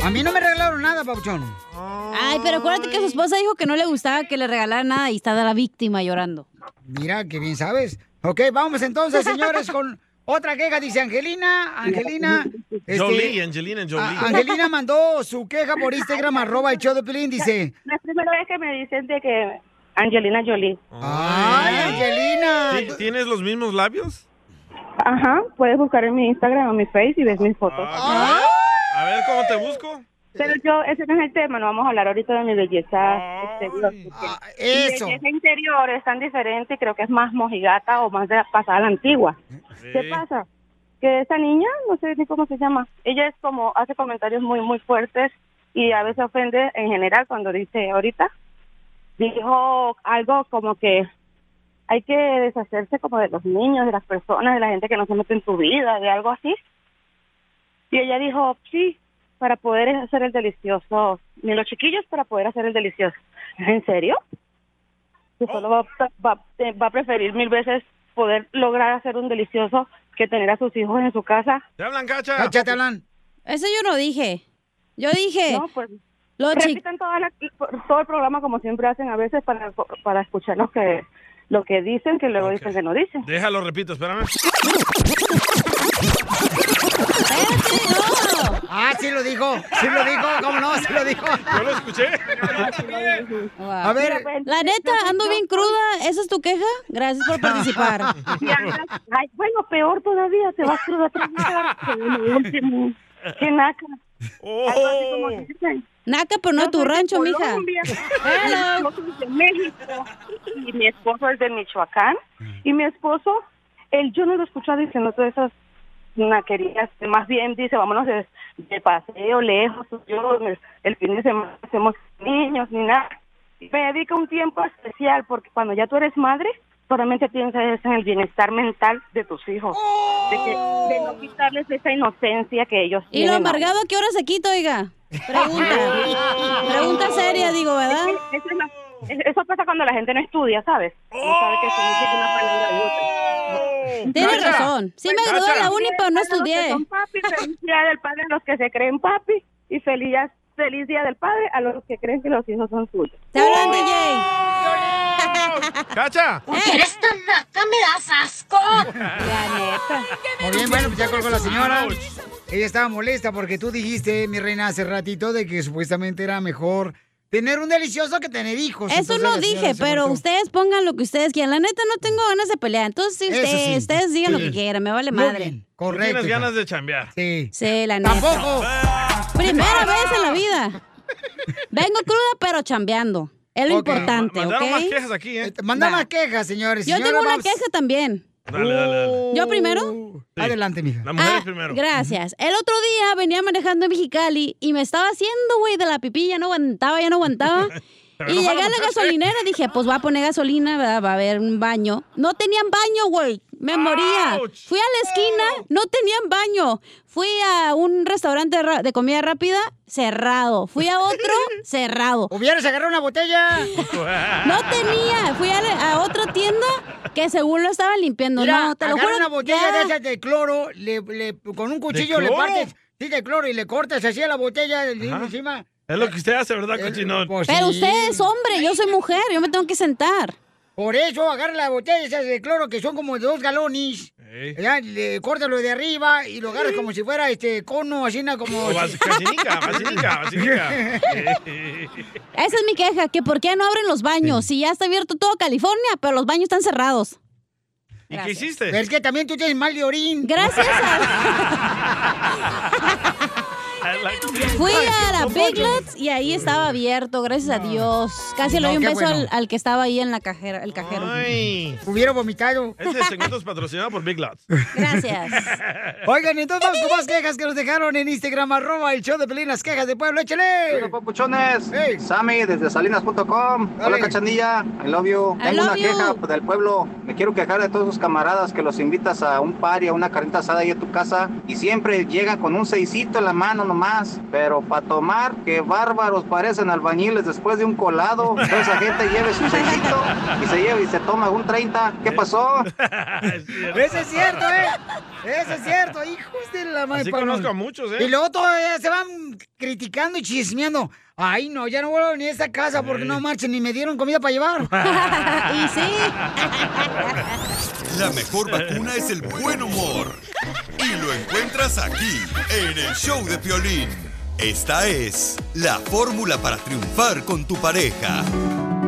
A mí no me regalaron nada, papuchón.
Ay, pero acuérdate que su esposa dijo que no le gustaba que le regalaran nada y está la víctima llorando.
Mira, que bien sabes. Ok, vamos entonces, señores, con otra queja. Dice Angelina, Angelina. este,
Jolie, Angelina Jolie.
a- Angelina mandó su queja por Instagram, arroba el show de Pelín, dice.
No es la primera vez que me dicen de que Eh, Angelina Jolie.
¡Ay, Angelina!
¿Ti- ¿Tienes los mismos labios?
Ajá, puedes buscar en mi Instagram o mi Face y ves mis fotos.
Ah, A ver, ¿cómo te busco?
Pero yo, ese no es el tema, no vamos a hablar ahorita de mi belleza exterior.
Ah,
eso.
Mi belleza interior es tan diferente, creo que es más mojigata o más de, pasada a la antigua. ¿Qué pasa? Que esa niña, no sé ni cómo se llama, ella es como, hace comentarios muy, muy fuertes y a veces ofende en general cuando dice ahorita, dijo algo como que hay que deshacerse como de los niños, de las personas, de la gente que no se mete en tu vida, de algo así. Y ella dijo, sí, para poder hacer el delicioso, ni los chiquillos para poder hacer el delicioso. ¿En serio? Que solo va, va- eh, va a preferir mil veces poder lograr hacer un delicioso que tener a sus hijos en su casa.
¿Te hablan, Cacha?
Cacha, te hablan.
Eso yo no dije. Yo dije.
No, pues.
Los chi-
repitan toda la- todo el programa como siempre hacen a veces para, para escuchar lo que, lo que dicen, que luego dicen que no dicen.
Déjalo, repito, espérame.
Ah, sí lo dijo, sí lo dijo, ¿cómo no? Sí lo dijo.
Yo lo escuché.
Ah,
A ver,
pues,
La neta, ando bien cruda. ¿Esa es tu queja? Gracias por participar.
Y andas- ay, bueno, peor todavía, te vas cruda tres último. Qué naca. Algo así como dicen.
Eh. Naca, pero Pues no
Yo
de tu
soy de
rancho, mija.
Colombia,
Hello.
Mi esposo es de México y mi esposo es de Michoacán. Y mi esposo, él yo no lo he escuchado diciendo todas esas naquerías. Más bien dice, vámonos de, de paseo lejos. Yo el, el fin de semana hacemos niños ni nada. Y Me dedica un tiempo especial porque cuando ya tú eres madre, solamente piensas en el bienestar mental de tus hijos. De, que- de no quitarles esa inocencia que ellos
¿Y lo
tienen ahora.
amargado a qué hora se quita, oiga? Pregunta. Pregunta seria, digo, ¿verdad?
Es que- es una- Eso pasa cuando la gente no estudia, ¿sabes? No sabe qué significa una palabra u otra.
Tienes Cacha. razón. Sí me gradué de la uni, pero no estudié.
Son papi, feliz día del padre a los que se creen papi y feliz, día- feliz día del padre a los que creen que los hijos son suyos.
Te hablan, DJ.
¡Cacha!
Eres tan naca, me das asco.
muy bien, bueno, pues ya colgó la señora. Ella estaba molesta porque tú dijiste, mi reina, hace ratito de que supuestamente era mejor Tener un delicioso que tener hijos.
pues
Eso
Entonces,
no
la señora
dije,
se
pero
portó-
ustedes pongan lo que ustedes quieran. La neta, no tengo ganas de pelear. Entonces, si
Eso
ustedes,
sí.
ustedes digan lo
Sí.
que quieran, me vale
Muy
madre.
bien,
Correcto.
Correcto.
Tienes ganas de chambear.
Sí.
Sí, la neta.
Tampoco.
Primera vez en la vida. Vengo cruda, pero chambeando. Es lo
Ok.
importante,
Ma-
¿ok?
mandaron más quejas aquí, ¿eh? Manda más quejas, señores.
Yo
Señora,
tengo una
vamos-
queja también.
Dale, dale, dale.
¿Yo primero?
Adelante, mija.
Las mujeres
Ah,
primero.
Gracias. El otro día venía manejando en Mexicali y me estaba haciendo, güey, de la pipí, ya no aguantaba, ya no aguantaba.
Pero
Y
no
llegué a
para
la
mujer,
gasolinera, dije, pues voy a poner gasolina, ¿verdad? va a haber un baño. No tenían baño, güey, me moría. Fui a la esquina, no tenían baño. Fui a un restaurante ra- de comida rápida, cerrado. Fui a otro, cerrado.
Hubieras agarrado una botella.
No tenía. Fui a, la- a otra tienda que según lo estaban limpiando.
Mira,
no, te lo
agarra
juro.
una botella
ya.
de esas de cloro, le, le- con un cuchillo le
cloro?
partes, sí, de cloro, y le cortas así a la botella de
Ajá.
encima.
Es lo que usted hace, ¿verdad,
Eh,
cochinón?
Oh, pues
Pero usted es hombre, yo soy mujer, yo me tengo que sentar.
Por eso agarra la botella esas de cloro que son como de dos galones. Ya, le cortas lo de arriba y lo agarras como si fuera este cono, así na, como.
O vas- Vacinica, vacinica, vacinica.
Esa es mi queja, que por qué no abren los baños, si ya está abierto todo California, pero los baños están cerrados.
¿Y qué hiciste?
Es que también tú tienes mal de orín.
Gracias Fui a la Big Lots y ahí estaba abierto, gracias
Ah.
a Dios. Casi le
No,
doy un
qué
beso
bueno.
al, al que estaba ahí en la cajera, el cajero.
Hubiera vomitado.
Este segmento es patrocinado por Big Lots.
Oigan, entonces vamos con más quejas que nos dejaron en Instagram, arroba el show de Pelín, las quejas de pueblo, échale.
Papuchones, Sammy desde salinas.com. Hola
Dale.
cachanilla, I love you.
I
Tengo
love
una
you.
queja del pueblo. Me quiero quejar de todos sus camaradas que los invitas a un party, a una carnita asada ahí a tu casa y siempre llegan con un seisito en la mano nomás. Pero para tomar, que bárbaros parecen albañiles después de un colado. Toda esa gente lleve su seisito y se lleva y se toma un 30. ¿Qué pasó?
Eso es cierto, ¿eh? Eso es cierto, hijos de la madre.
Así
Pablo.
conozco a muchos, ¿eh?
Y luego todavía se van criticando y chismeando. Ay, no, ya no vuelvo ni a esta casa porque no marchen ni me dieron comida para llevar.
y
La mejor vacuna es el buen humor. Y lo encuentras aquí, en el show de Piolín. Esta es la fórmula para triunfar con tu pareja.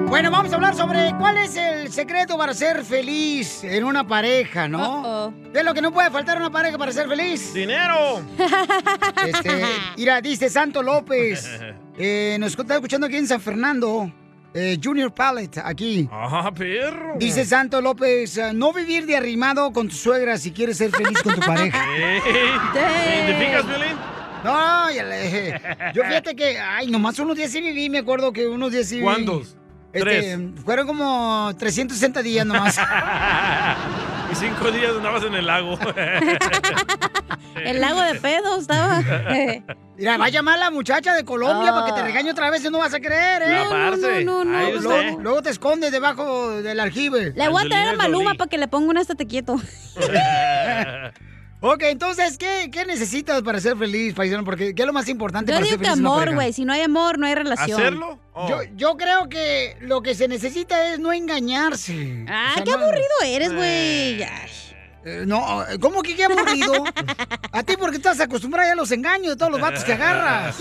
Bueno, vamos a hablar sobre cuál es el secreto para ser feliz en una pareja, ¿no? ¿Qué es lo que no puede faltar en una pareja para ser feliz?
¡Dinero!
Este, mira, dice Santo López. eh, nos está escuchando aquí en San Fernando. eh, Junior Palette, aquí.
¡Ah, perro!
Dice Santo López, eh, no vivir de arrimado con tu suegra si quieres ser feliz con tu pareja.
Ey, ¿Te identificas, Violín?
No, ya le- eh, yo fíjate que, ay, nomás unos días sí viví, me acuerdo que unos días sí viví.
¿Cuántos?
Este,
¿Tres?
Fueron como 360 días nomás.
Y cinco días andabas en el lago.
El lago de pedo estaba.
Mira, va a llamar a la muchacha de Colombia
Ah.
para que te regañe otra vez y no vas a creer, ¿eh?
La parce. No, no, no, no. Ahí usted.
Luego, luego te escondes debajo del aljibe.
Le voy a traer a Maluma para que le ponga un estate quieto.
Ok, entonces, ¿qué, qué necesitas para ser feliz, paisano? Porque ¿qué es lo más importante
Yo
para
digo
ser
que
feliz en una
amor,
pareja?
güey. Si no hay amor, no hay relación.
¿Hacerlo?
Oh.
Oh.
Yo, yo creo que lo que se necesita es no engañarse.
Ah,
O sea,
qué
no-
aburrido eres, güey.
Eh, No, ¿cómo que qué aburrido? A ti porque estás acostumbrada ya a los engaños de todos los vatos que agarras.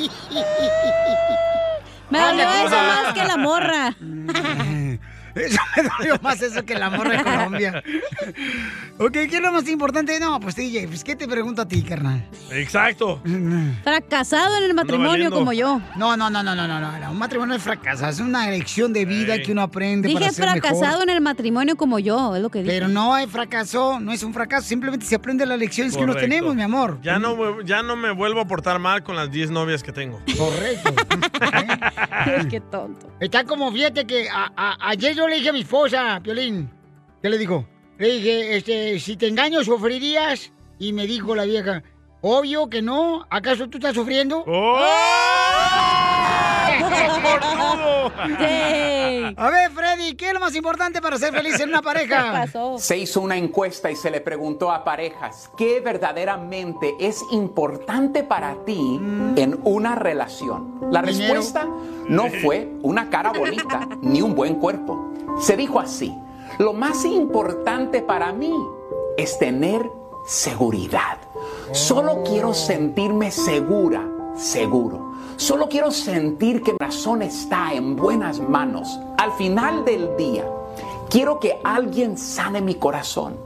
Me
Dale,
dolió eso
cosa.
más que la morra.
Eso me dolió más eso que la morra de Colombia. ok, ¿qué es lo más importante? No, pues DJ, pues ¿qué te pregunto a ti, carnal?
Exacto.
Fracasado en el matrimonio
valiendo.
como yo.
No, no, no, no, no, no, no. Un matrimonio es fracasado, es una lección de vida que uno aprende
Dije
para ser mejor.
fracasado en el matrimonio como yo, es lo que dije.
Pero no hay fracaso, no es un fracaso, simplemente se aprende las lecciones que
Correcto.
uno tenemos, mi amor.
Ya no, me- ya no me vuelvo a portar mal con las 10 novias que tengo.
Correcto.
Qué tonto.
Está como, fíjate que a- a- ayer yo le dije a mi esposa, Piolín, ¿qué le digo? Le dije, este, si te engaño, ¿sufrirías? Y me dijo la vieja, obvio que no, ¿acaso tú estás sufriendo?
Sí.
A ver, Freddy, ¿qué es lo más importante para ser feliz en una pareja?
Se hizo una encuesta y se le preguntó a parejas, ¿qué verdaderamente es importante para ti en una relación? La Dinero. respuesta no fue una cara bonita ni un buen cuerpo. Se dijo así, lo más importante para mí es tener seguridad. Solo quiero sentirme segura, seguro. Solo quiero sentir que mi corazón está en buenas manos. Al final del día, quiero que alguien sane mi corazón,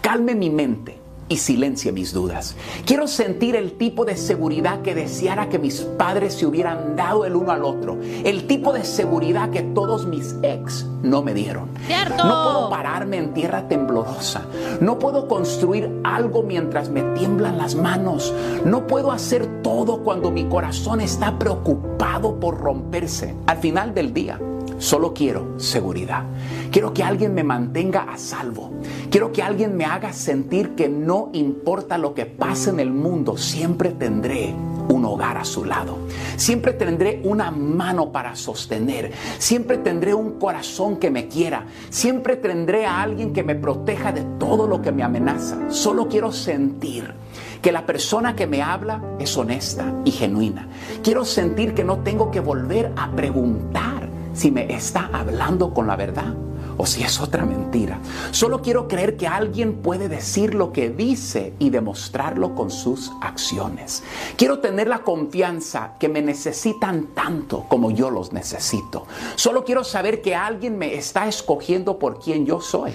calme mi mente y silencie mis dudas. Quiero sentir el tipo de seguridad que deseara que mis padres se hubieran dado el uno al otro, el tipo de seguridad que todos mis ex no me dieron.
¡Cierto!
No puedo pararme en tierra temblorosa, no puedo construir algo mientras me tiemblan las manos, no puedo hacer todo cuando mi corazón está preocupado por romperse. Al final del día, Solo quiero seguridad. Quiero que alguien me mantenga a salvo. Quiero que alguien me haga sentir que no importa lo que pase en el mundo, siempre tendré un hogar a su lado. Siempre tendré una mano para sostener. Siempre tendré un corazón que me quiera. Siempre tendré a alguien que me proteja de todo lo que me amenaza. Solo quiero sentir que la persona que me habla es honesta y genuina. Quiero sentir que no tengo que volver a preguntar si me está hablando con la verdad o si es otra mentira. Solo quiero creer que alguien puede decir lo que dice y demostrarlo con sus acciones. Quiero tener la confianza que me necesitan tanto como yo los necesito. Solo quiero saber que alguien me está escogiendo por quien yo soy,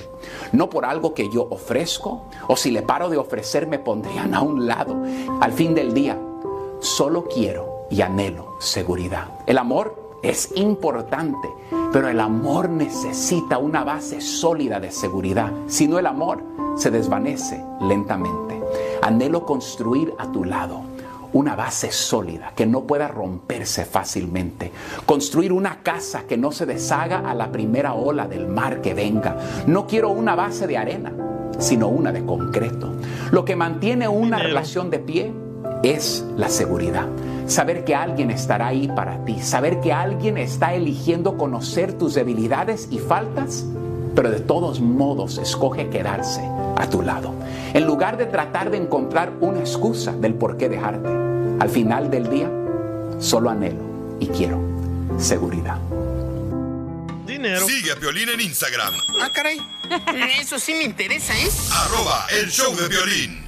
no por algo que yo ofrezco o si le paro de ofrecer me pondrían a un lado. Al fin del día, solo quiero y anhelo seguridad. El amor es importante, pero el amor necesita una base sólida de seguridad. Si no, el amor se desvanece lentamente. Anhelo construir a tu lado una base sólida que no pueda romperse fácilmente. Construir una casa que no se deshaga a la primera ola del mar que venga. No quiero una base de arena, sino una de concreto. Lo que mantiene una relación de pie es la seguridad. Saber que alguien estará ahí para ti, saber que alguien está eligiendo conocer tus debilidades y faltas, pero de todos modos escoge quedarse a tu lado. En lugar de tratar de encontrar una excusa del por qué dejarte, al final del día solo anhelo y quiero seguridad.
Sigue a Piolín en Instagram.
Ah, caray. Eso sí me interesa, ¿eh? ¿es?
Arroba el show de violín.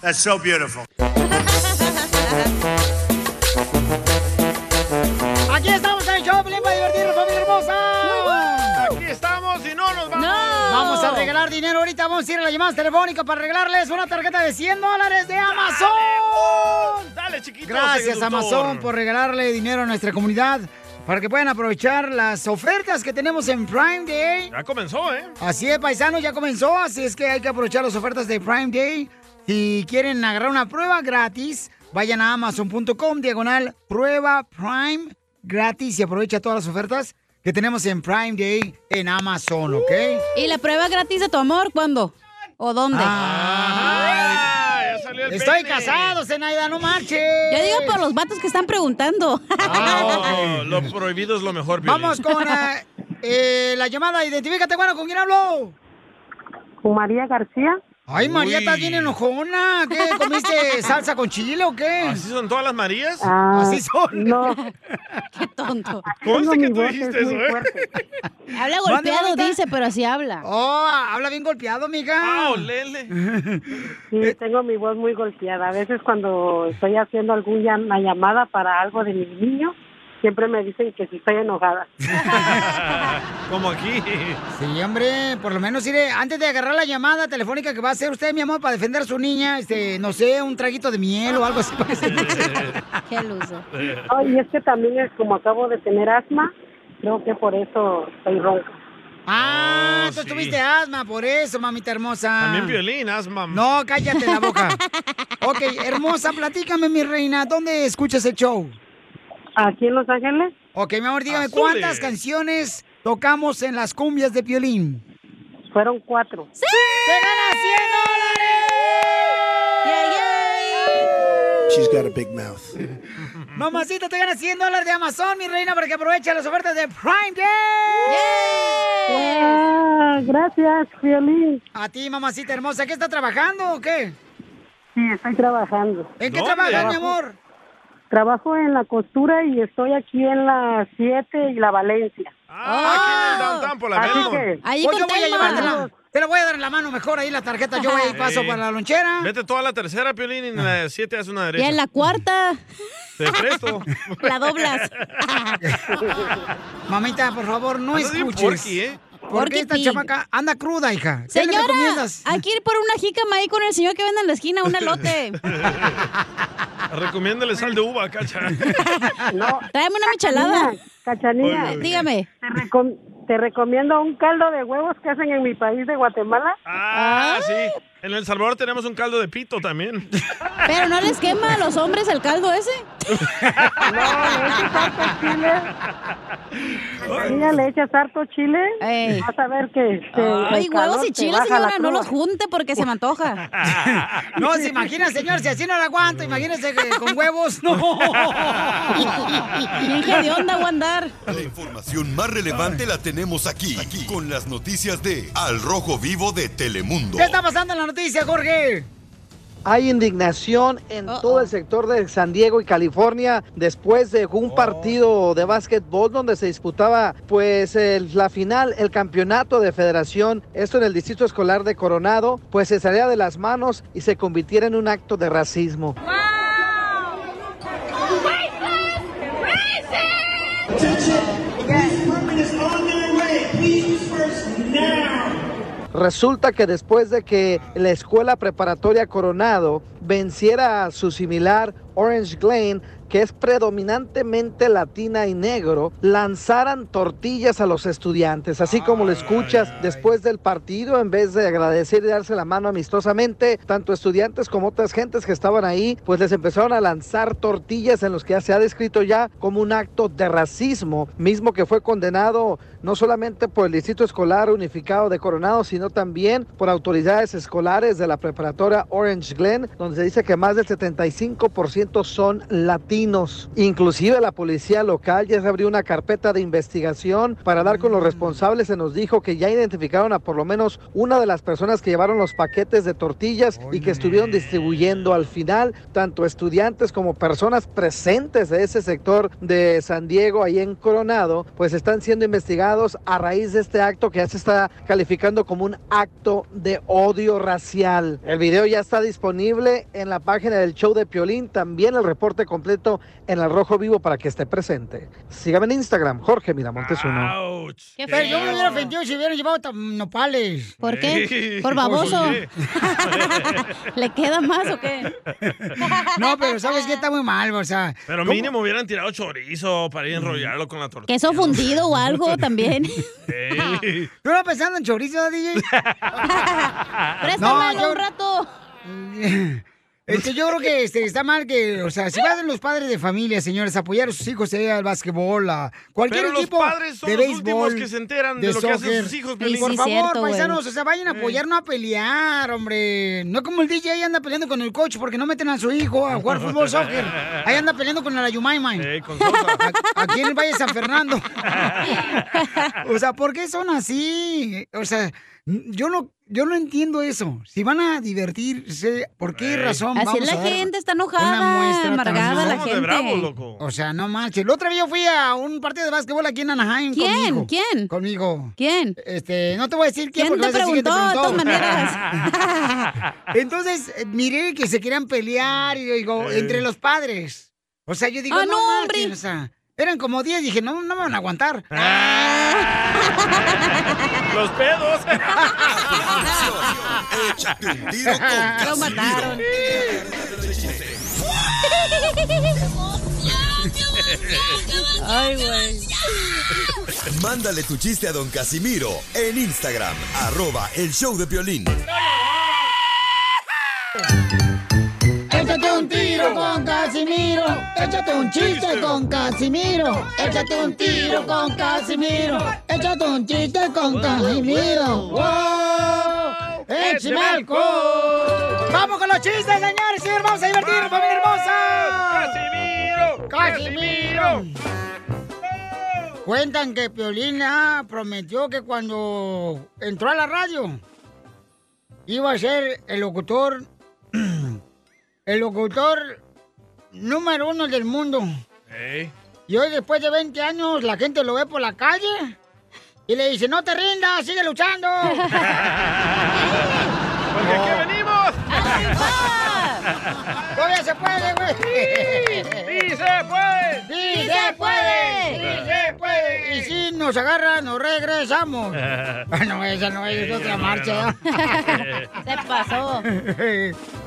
That's so beautiful.
Aquí estamos en el show, Pelín, para divertirnos, familia hermosa.
Aquí estamos y no nos vamos.
Vamos a regalar dinero ahorita. Vamos a ir a las llamadas telefónicas para regalarles una tarjeta de 100 dólares de Amazon.
Dale, chiquito.
Gracias,
seductor.
Amazon, por regalarle dinero a nuestra comunidad para que puedan aprovechar las ofertas que tenemos en Prime Day.
Ya comenzó, ¿eh?
Así es, paisano, ya comenzó, así es que hay que aprovechar las ofertas de Prime Day. Si quieren agarrar una prueba gratis, vayan a amazon.com, diagonal, prueba Prime gratis y aprovecha todas las ofertas que tenemos en Prime Day en Amazon, ¿ok?
¿Y la prueba gratis de tu amor cuándo? ¿O dónde?
Ah, Ya salió el
Estoy
pene.
casado, Zenaida, no marches.
Yo digo por los vatos que están preguntando.
Ah, oh, lo prohibido es lo mejor, Piolín.
Vamos con eh, eh, la llamada. Identifícate, bueno, ¿con quién hablo?
¿Con María García?
Ay, María,
Uy.
estás bien enojona. ¿Qué? ¿Comiste salsa con chile o qué?
¿Así son todas las Marías?
Ah,
Así son.
No.
Qué tonto.
Conste
Tengo
que
mi
tú
voz,
dijiste
es
eso,
muy
¿eh?
Habla golpeado, dice, pero así habla.
Oh, habla bien golpeado, mija.
Ah, olele.
Sí, tengo mi voz muy golpeada. A veces cuando estoy haciendo alguna llamada para algo de mis niños, siempre me dicen que sí estoy enojada.
Como aquí.
Sí, hombre, por lo menos iré. Antes de agarrar la llamada telefónica que va a hacer usted, mi amor, para defender a su niña, este, no sé, un traguito de miel o algo así. pues. para que se-
Qué Ay, es que también es como acabo de tener asma, creo que por eso estoy ronca.
Ah, tú tuviste asma, por eso, mamita hermosa.
Oh, También violín, asma.
No, cállate la boca. ok, hermosa, platícame, mi reina, ¿dónde escuchas el show?
Aquí en Los Ángeles.
Ok, mi amor, dígame,
Azules.
¿cuántas canciones tocamos en las cumbias de Piolín?
Fueron cuatro.
¡Sí! ¡Te ganas 100 dólares!
She's got a big mouth.
Mamacita, te ganas 100 dólares de Amazon, mi reina, para que aproveche las ofertas de Prime Day.
Ah, gracias, Violín.
A ti, mamacita hermosa, ¿qué está trabajando o qué?
Sí, estoy trabajando.
¿En qué trabajas, mi amor?
Trabajo en la costura y estoy aquí en la 7 y la Valencia.
Ah.
Así que-
Ahí Pues yo voy a llevártela. Te la voy a dar en la mano mejor ahí la tarjeta. Yo voy a ir paso
Sí.
para la lonchera. Ah.
Vete toda la tercera, Piolín, y en la siete haz una derecha.
Ya en la cuarta.
Te presto.
La doblas.
Mamita, por favor, no
Andas bien
escuches.
porky, ¿eh?
Porque esta
Porky-pig.
chamaca anda cruda, hija. ¿Qué le
Señora,
recomiendas?
hay que ir por una jícama ahí con el señor que vende en la esquina, un elote.
Recomiéndale sal de uva, cacha.
Oh, Tráeme una michelada.
Cachanilla,
Oye.
Dígame.
Te, recom- te recomiendo un caldo de huevos que hacen en mi país de Guatemala.
Ah, sí. En El Salvador tenemos un caldo de pito también.
Pero no les quema a los hombres el caldo ese.
Cachanilla, le echas harto chile. Vas a ver que. este,
Ay,
el calor
huevos Ah, y
te
chile,
baja la
señora, no
cruda.
los junte porque se me antoja.
No, se imagina, señor, si así no la aguanto,
Mm.
imagínese que con huevos, no.
de onda voy a andar.
La información más relevante la tenemos aquí, aquí, con las noticias de Al Rojo Vivo de Telemundo.
¿Qué está pasando en la noticia, Jorge?
Hay indignación en todo el sector de San Diego y California después de un partido de básquetbol donde se disputaba pues el- la final, el campeonato de federación, esto en el distrito escolar de Coronado, pues se salía de las manos y se convirtiera en un acto de racismo. Resulta que después de que la escuela preparatoria Coronado venciera a su similar Orange Glen, que es predominantemente latina y negro, lanzaran tortillas a los estudiantes. Así como lo escuchas, después del partido, en vez de agradecer y darse la mano amistosamente, tanto estudiantes como otras gentes que estaban ahí, pues les empezaron a lanzar tortillas en los que ya se ha descrito ya como un acto de racismo, mismo que fue condenado no solamente por el Distrito Escolar Unificado de Coronado, sino también por autoridades escolares de la preparatoria Orange Glen, donde se dice que más del 75% son latinos. Inclusive la policía local ya se abrió una carpeta de investigación para dar con los responsables. Se nos dijo que ya identificaron a por lo menos una de las personas que llevaron los paquetes de tortillas y que estuvieron distribuyendo al final, tanto estudiantes como personas presentes de ese sector de San Diego, ahí en Coronado, pues están siendo investigados a raíz de este acto que ya se está calificando como un acto de odio racial. El video ya está disponible en la página del show de Piolín, también el reporte completo en el Rojo Vivo para que esté presente. Sígame en Instagram, Jorge Miramontes uno.
Pero yo me hubiera ofendido si hubieran llevado tam- nopales.
¿Por qué? ¿Por baboso? ¿Le queda más o qué?
No, pero ¿sabes qué? Está muy mal, o sea.
Pero
¿cómo? Mm.
mínimo hubieran tirado chorizo para ir a enrollarlo con la tortilla.
Queso fundido o algo también.
Ey.
¿Tú no pensando en chorizo, DJ?
Préstamelo
yo-
un rato.
Este, yo creo que este, está mal que, o sea, si van los padres de familia, señores, a apoyar a sus hijos, sea al básquetbol, a cualquier
Pero los
equipo
padres son
de
los
béisbol,
últimos que se enteran de lo que hacen sus hijos, Sí, Piolín.
Por
sí,
favor,
cierto, güey.
paisanos, o sea, vayan a apoyar, no a pelear, hombre. No como el DJ anda peleando con el coach porque no meten a su hijo a jugar fútbol soccer. Ahí anda peleando con la Yumaima. A- Aquí en el Valle de San Fernando. O sea, ¿por qué son así? O sea, n- yo no, yo no entiendo eso. Si van a divertirse, ¿por qué
Ey.
razón?
Así
vamos
es la
a dar
gente, está
una
enojada,
muestra tan-
amargada la gente. loco.
O sea, no manches. El otro día yo fui a un partido de básquetbol aquí en Anaheim
¿Quién?
conmigo.
¿Quién?
Conmigo.
¿Quién?
Este, no te voy a decir quién,
¿Quién
porque
te
vas a decir que
preguntó? De todas
Entonces, eh, miré que se querían pelear y yo digo,
Eh.
Ey.
entre los padres. O sea, yo digo,
Ah,
no,
no,
marchen, o sea, Eran como 10, dije, no, no me van a aguantar.
Ah. Los pedos.
Échate un tiro con Casimiro.
Lo mataron.
Ay, güey. Mándale tu chiste a don Casimiro en Instagram, arroba el show de violín.
Échate un tiro con Casimiro. Échate un chiste con Casimiro. Échate un tiro con Casimiro. Échate un chiste con Casimiro. ¡Wow! ¡Échame alcohol! ¡Vamos con los chistes, señores! ¡Sí, vamos a divertirnos, familia hermosa! ¡Casimiro! ¡Casimiro! Cuentan que Piolina prometió que cuando entró a la radio iba a ser el locutor el locutor número uno del mundo.
Ey.
Y hoy, después de 20 años, la gente lo ve por la calle y le dice, no te rindas, sigue luchando.
Porque aquí venimos.
Todavía se puede, güey.
¡Sí se puede!
¡Sí, se puede! ¡Sí se puede! Y si nos agarran, nos regresamos. Ah, no, esa no es, es otra marcha. ¿eh?
Se pasó.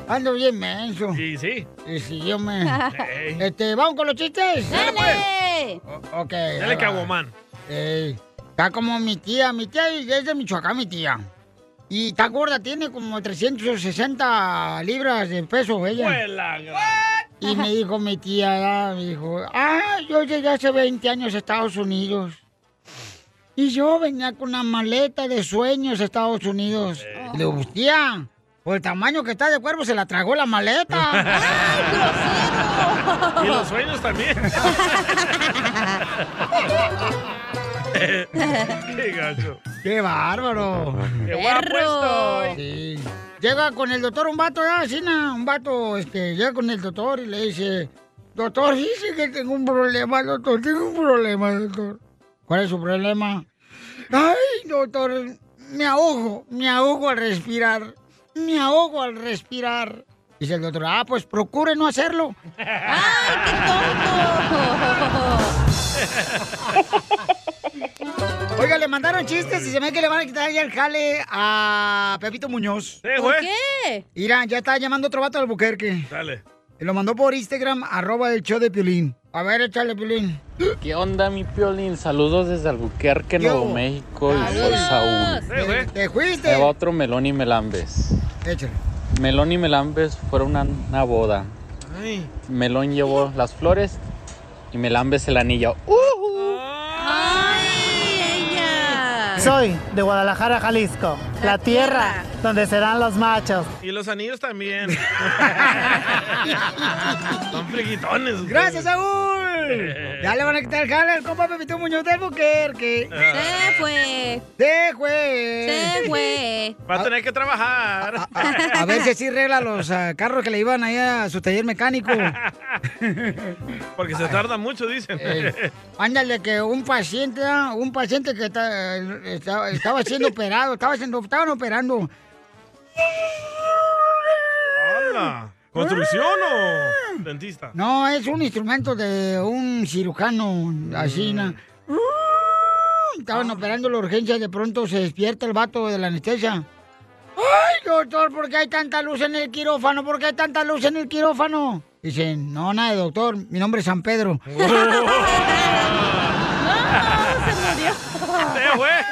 Ando bien menso.
Sí, sí.
Y si yo me... Este, ¿vamos con los chistes?
¡Dale!
O- ok. ahí
Dale,
va.
Caguamán.
Ey, está como mi tía, mi tía es de Michoacán, mi tía. Y está gorda, tiene como 360 libras de peso ella.
¡Huela, gran-
Y me dijo mi tía, ah, me dijo, ah, yo llegué hace 20 años a Estados Unidos. Y yo venía con una maleta de sueños a Estados Unidos. Y le digo, tía, por el tamaño que está de cuervo se la tragó la maleta.
Y los sueños también. ¡Qué gacho!
¡Qué bárbaro!
¡Qué guapo estoy!
Sí. Llega con el doctor un vato, ya, Sina, un vato, este, llega con el doctor y le dice, doctor, dice que tengo un problema, doctor, tengo un problema, doctor. ¿Cuál es su problema? Ay, doctor, me ahogo, me ahogo al respirar, me ahogo al respirar. Dice el doctor, ah, pues procure no hacerlo. Oiga, le mandaron chistes y se ve que le van a quitar ya el jale a Pepito Muñoz.
¿Por qué?
Mira, ya está llamando otro vato al buquerque.
Dale.
Lo mandó por Instagram, arroba el show de Piolín. A ver, échale, Piolín.
¿Qué onda, mi Piolín? Saludos desde Albuquerque, Nuevo México. Y soy Saúl.
Te, te fuiste.
Ahí va otro Melón y Melambes.
Échale.
Melón y Melambes fueron a una boda.
Ay.
Melón llevó las flores y Melambes el anillo.
Soy de Guadalajara, Jalisco, la, tierra, donde serán los machos.
Y los anillos también. Son friquitones. ustedes.
Gracias, Saúl. Ya le van a quitar el jale al compa Pepito Muñoz del buquerque.
Se
fue.
Se fue.
Se fue.
Va a tener que trabajar.
A ver si así arregla los ah, carros que le iban ahí a su taller mecánico.
Porque se tarda mucho, dicen.
Ándale, que un paciente, ah, un paciente que ta- estaba- estaba siendo operado, estaba siendo, estaban operando.
¡Hala! ¿Construcción o dentista?
No, es un instrumento de un cirujano, así, na- Estaban operando la urgencia, de pronto se despierta el vato de la anestesia. ¡Ay, doctor! ¿Por qué hay tanta luz en el quirófano? ¿Por qué hay tanta luz en el quirófano? Dicen, no, nada, doctor, mi nombre es San Pedro.
¡Se fue!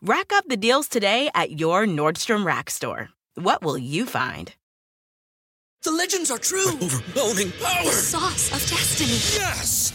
Rack up the deals today at your Nordstrom Rack store. What will you find?
The legends are true. overwhelming power! The sauce of destiny. Yes!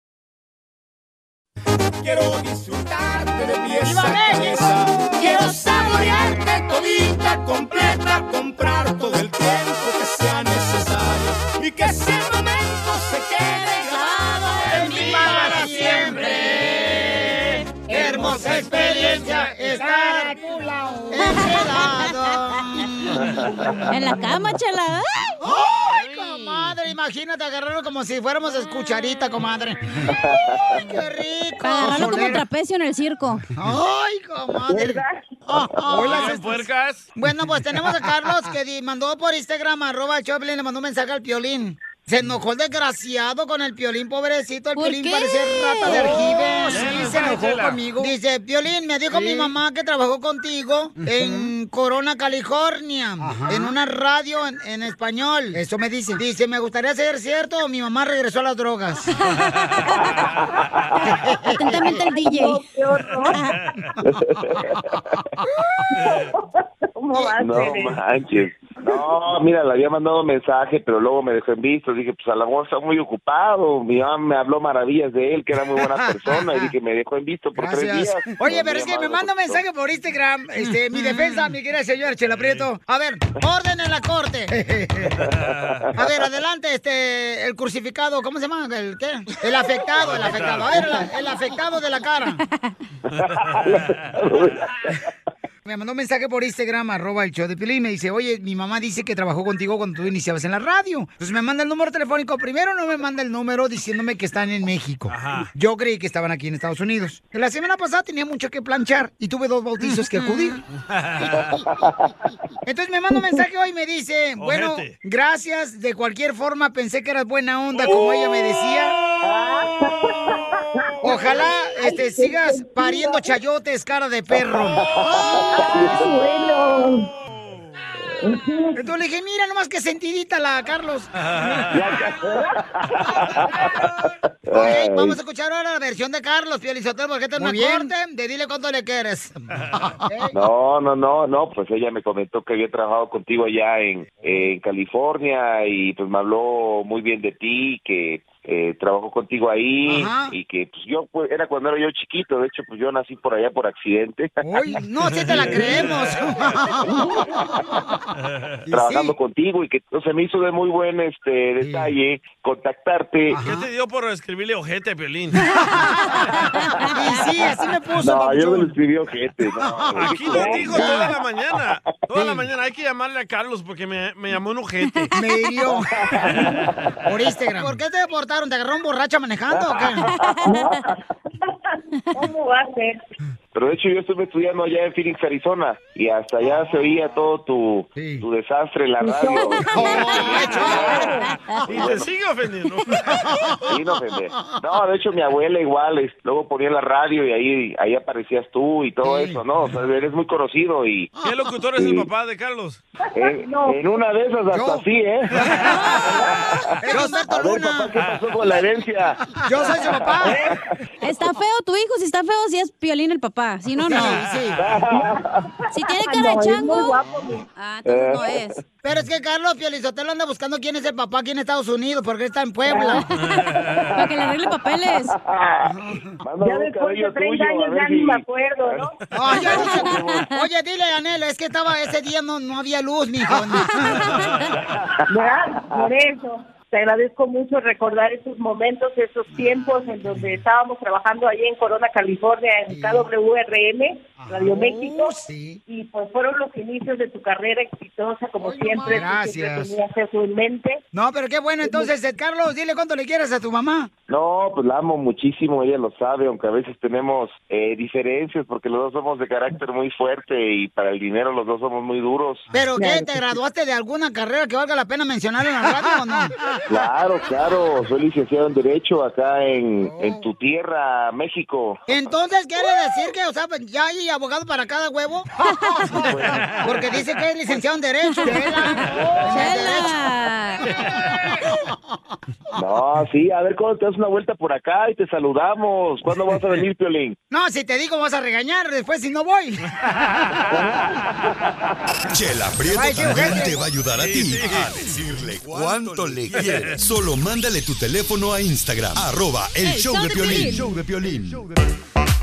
Quiero disfrutarte de pieza a cabeza. Quiero saborearte todita, completa, comprar todo el tiempo que sea necesario. Y que ese momento se quede grabado en mí para siempre.
Hermosa experiencia estar a tu lado. Encerrado.
En la cama, chela.
¡Ay, comadre! Imagínate agarrarlo como si fuéramos escucharita, comadre. ¡Ay, qué rico!
Para agarrarlo como
Solera.
trapecio en el circo.
¡Ay, comadre! Oh, oh,
Hola,
estas- Bueno, pues tenemos a Carlos que di- mandó por Instagram, arroba el Choplin, le mandó un mensaje al Piolín. Se enojó el desgraciado con el Piolín, pobrecito. El
¿Por
Piolín
qué?
parece rata de
Oh, Chela,
aljibe. Sí, se enojó
Chela.
conmigo. Dice, Piolín, me dijo mi mamá que trabajó contigo en Corona, California, en una radio en, en español. Eso me dice. Dice, me gustaría ser cierto, o mi mamá regresó a las drogas.
Atentamente el DJ.
¿Cómo No manches. No, mira, le había mandado mensaje, pero luego me dejó en visto. Dije, pues a lo mejor está muy ocupado. Mi mamá me habló maravillas de él, que era muy buena persona. Y dije, me dejó en visto por tres
Gracias. eh.
días.
Oye,
No,
pero
mi
es que
mamá
me
no
manda un
contestó.
mensaje por Instagram. Este, mi defensa, mi querida señora Chela Prieto. A ver, orden en la corte. A ver, adelante, este, el crucificado, ¿cómo se llama? ¿El qué? El afectado, el afectado. A ver, la- el afectado de la cara. Me mandó un mensaje por Instagram, arroba el show de Piolín, y me dice, oye, mi mamá dice que trabajó contigo cuando tú iniciabas en la radio. Entonces me manda el número telefónico. Primero no me manda el número diciéndome que están en México. Yo creí que estaban aquí en Estados Unidos. La semana pasada tenía mucho que planchar y tuve dos bautizos que acudir. Entonces me manda un mensaje hoy y me dice, bueno,
Ojete.
gracias, de cualquier forma pensé que eras buena onda, como ella me decía. Ojalá este, sigas pariendo chayotes, cara de perro. Entonces le dije, mira, nomás que sentidita la Carlos. Ok, vamos a escuchar ahora la versión de Carlos, Pielizotero, porque está en una corte, de dile cuánto le quieres.
No, no, no, no, pues ella me comentó que había trabajado contigo allá en, en California y pues me habló muy bien de ti, que eh, trabajó contigo ahí
Ajá.
y que pues yo pues, era cuando era yo chiquito, de hecho pues yo nací por allá por accidente.
No, si te la creemos.
trabajando contigo y que o se me hizo de muy buen este detalle contactarte.
¿Qué te dio por escribirle ojete a Piolín?
Y sí, así me puso.
No, yo
papuchón.
no le escribí ojete. No,
Aquí lo digo toda la mañana. Toda la mañana. Hay que llamarle a Carlos porque me, me llamó un ojete.
Me hirió. Por Instagram. ¿Por qué te deportaron? ¿Te agarraron borracha manejando o qué? ¿Cómo va a ser?
Pero de hecho yo estuve estudiando allá en Phoenix, Arizona y hasta allá se oía todo tu, tu desastre en la radio.
Y te sigue ofendiendo.
Sí, no, gente. No, de hecho mi abuela igual, es- luego ponía la radio y ahí, ahí aparecías tú y todo eso, ¿no? O sea, eres muy conocido y...
¿Qué locutor es el
Sí.
papá de Carlos?
En, en una de esas hasta así, ¿eh? A ver, papá, ¿qué pasó con la herencia?
Yo soy su papá.
Está feo tu hijo, si está feo, si es piolín el papá. Si no, no.
Sí, sí.
Si tiene cara de chango. Ah, entonces no
Eh.
es.
Pero es que Carlos Pielizotelo anda buscando quién es el papá aquí en Estados Unidos, porque él está en Puebla. Para
que le arregle papeles. Oh,
Ya después de 30 años ya ni me
Ah,
acuerdo, ¿no?
Oye, oye, oye, dile, Anel, es que estaba ese día no, no había luz, mijo.
¿verdad? Por eso. Te agradezco mucho recordar esos momentos, esos tiempos en donde estábamos trabajando allí en Corona, California, en KWRM,
Oh,
Radio México. Y pues fueron los inicios de tu carrera exitosa, como siempre.
mamá.
tú siempre
Gracias.
tenías eso en mente.
No, pero qué bueno, entonces, eh, Carlos, dile cuánto le quieres a tu mamá.
No, pues la amo muchísimo, ella lo sabe, aunque a veces tenemos eh, diferencias porque los dos somos de carácter muy fuerte y para el dinero los dos somos muy duros.
¿Pero qué? ¿Te graduaste de alguna carrera que valga la pena mencionar en la radio o no?
Claro, claro, soy licenciado en
Oh.
Derecho acá en, en tu tierra, México.
Entonces quiere decir que, o sea, pues, ya, ya abogado para cada huevo? Porque dice que es licenciado en Derecho.
No, sí, a ver cuándo te das una vuelta por acá y te saludamos. ¿Cuándo vas a venir, Piolín?
No, si te digo vas a regañar después si no voy.
Chela Prieto
Ay, sí,
también
ojete.
te va a ayudar a ti
Sí, sí.
a decirle cuánto le quieres. Solo mándale tu teléfono a Instagram, arroba el show de Piolín. Show de Piolín.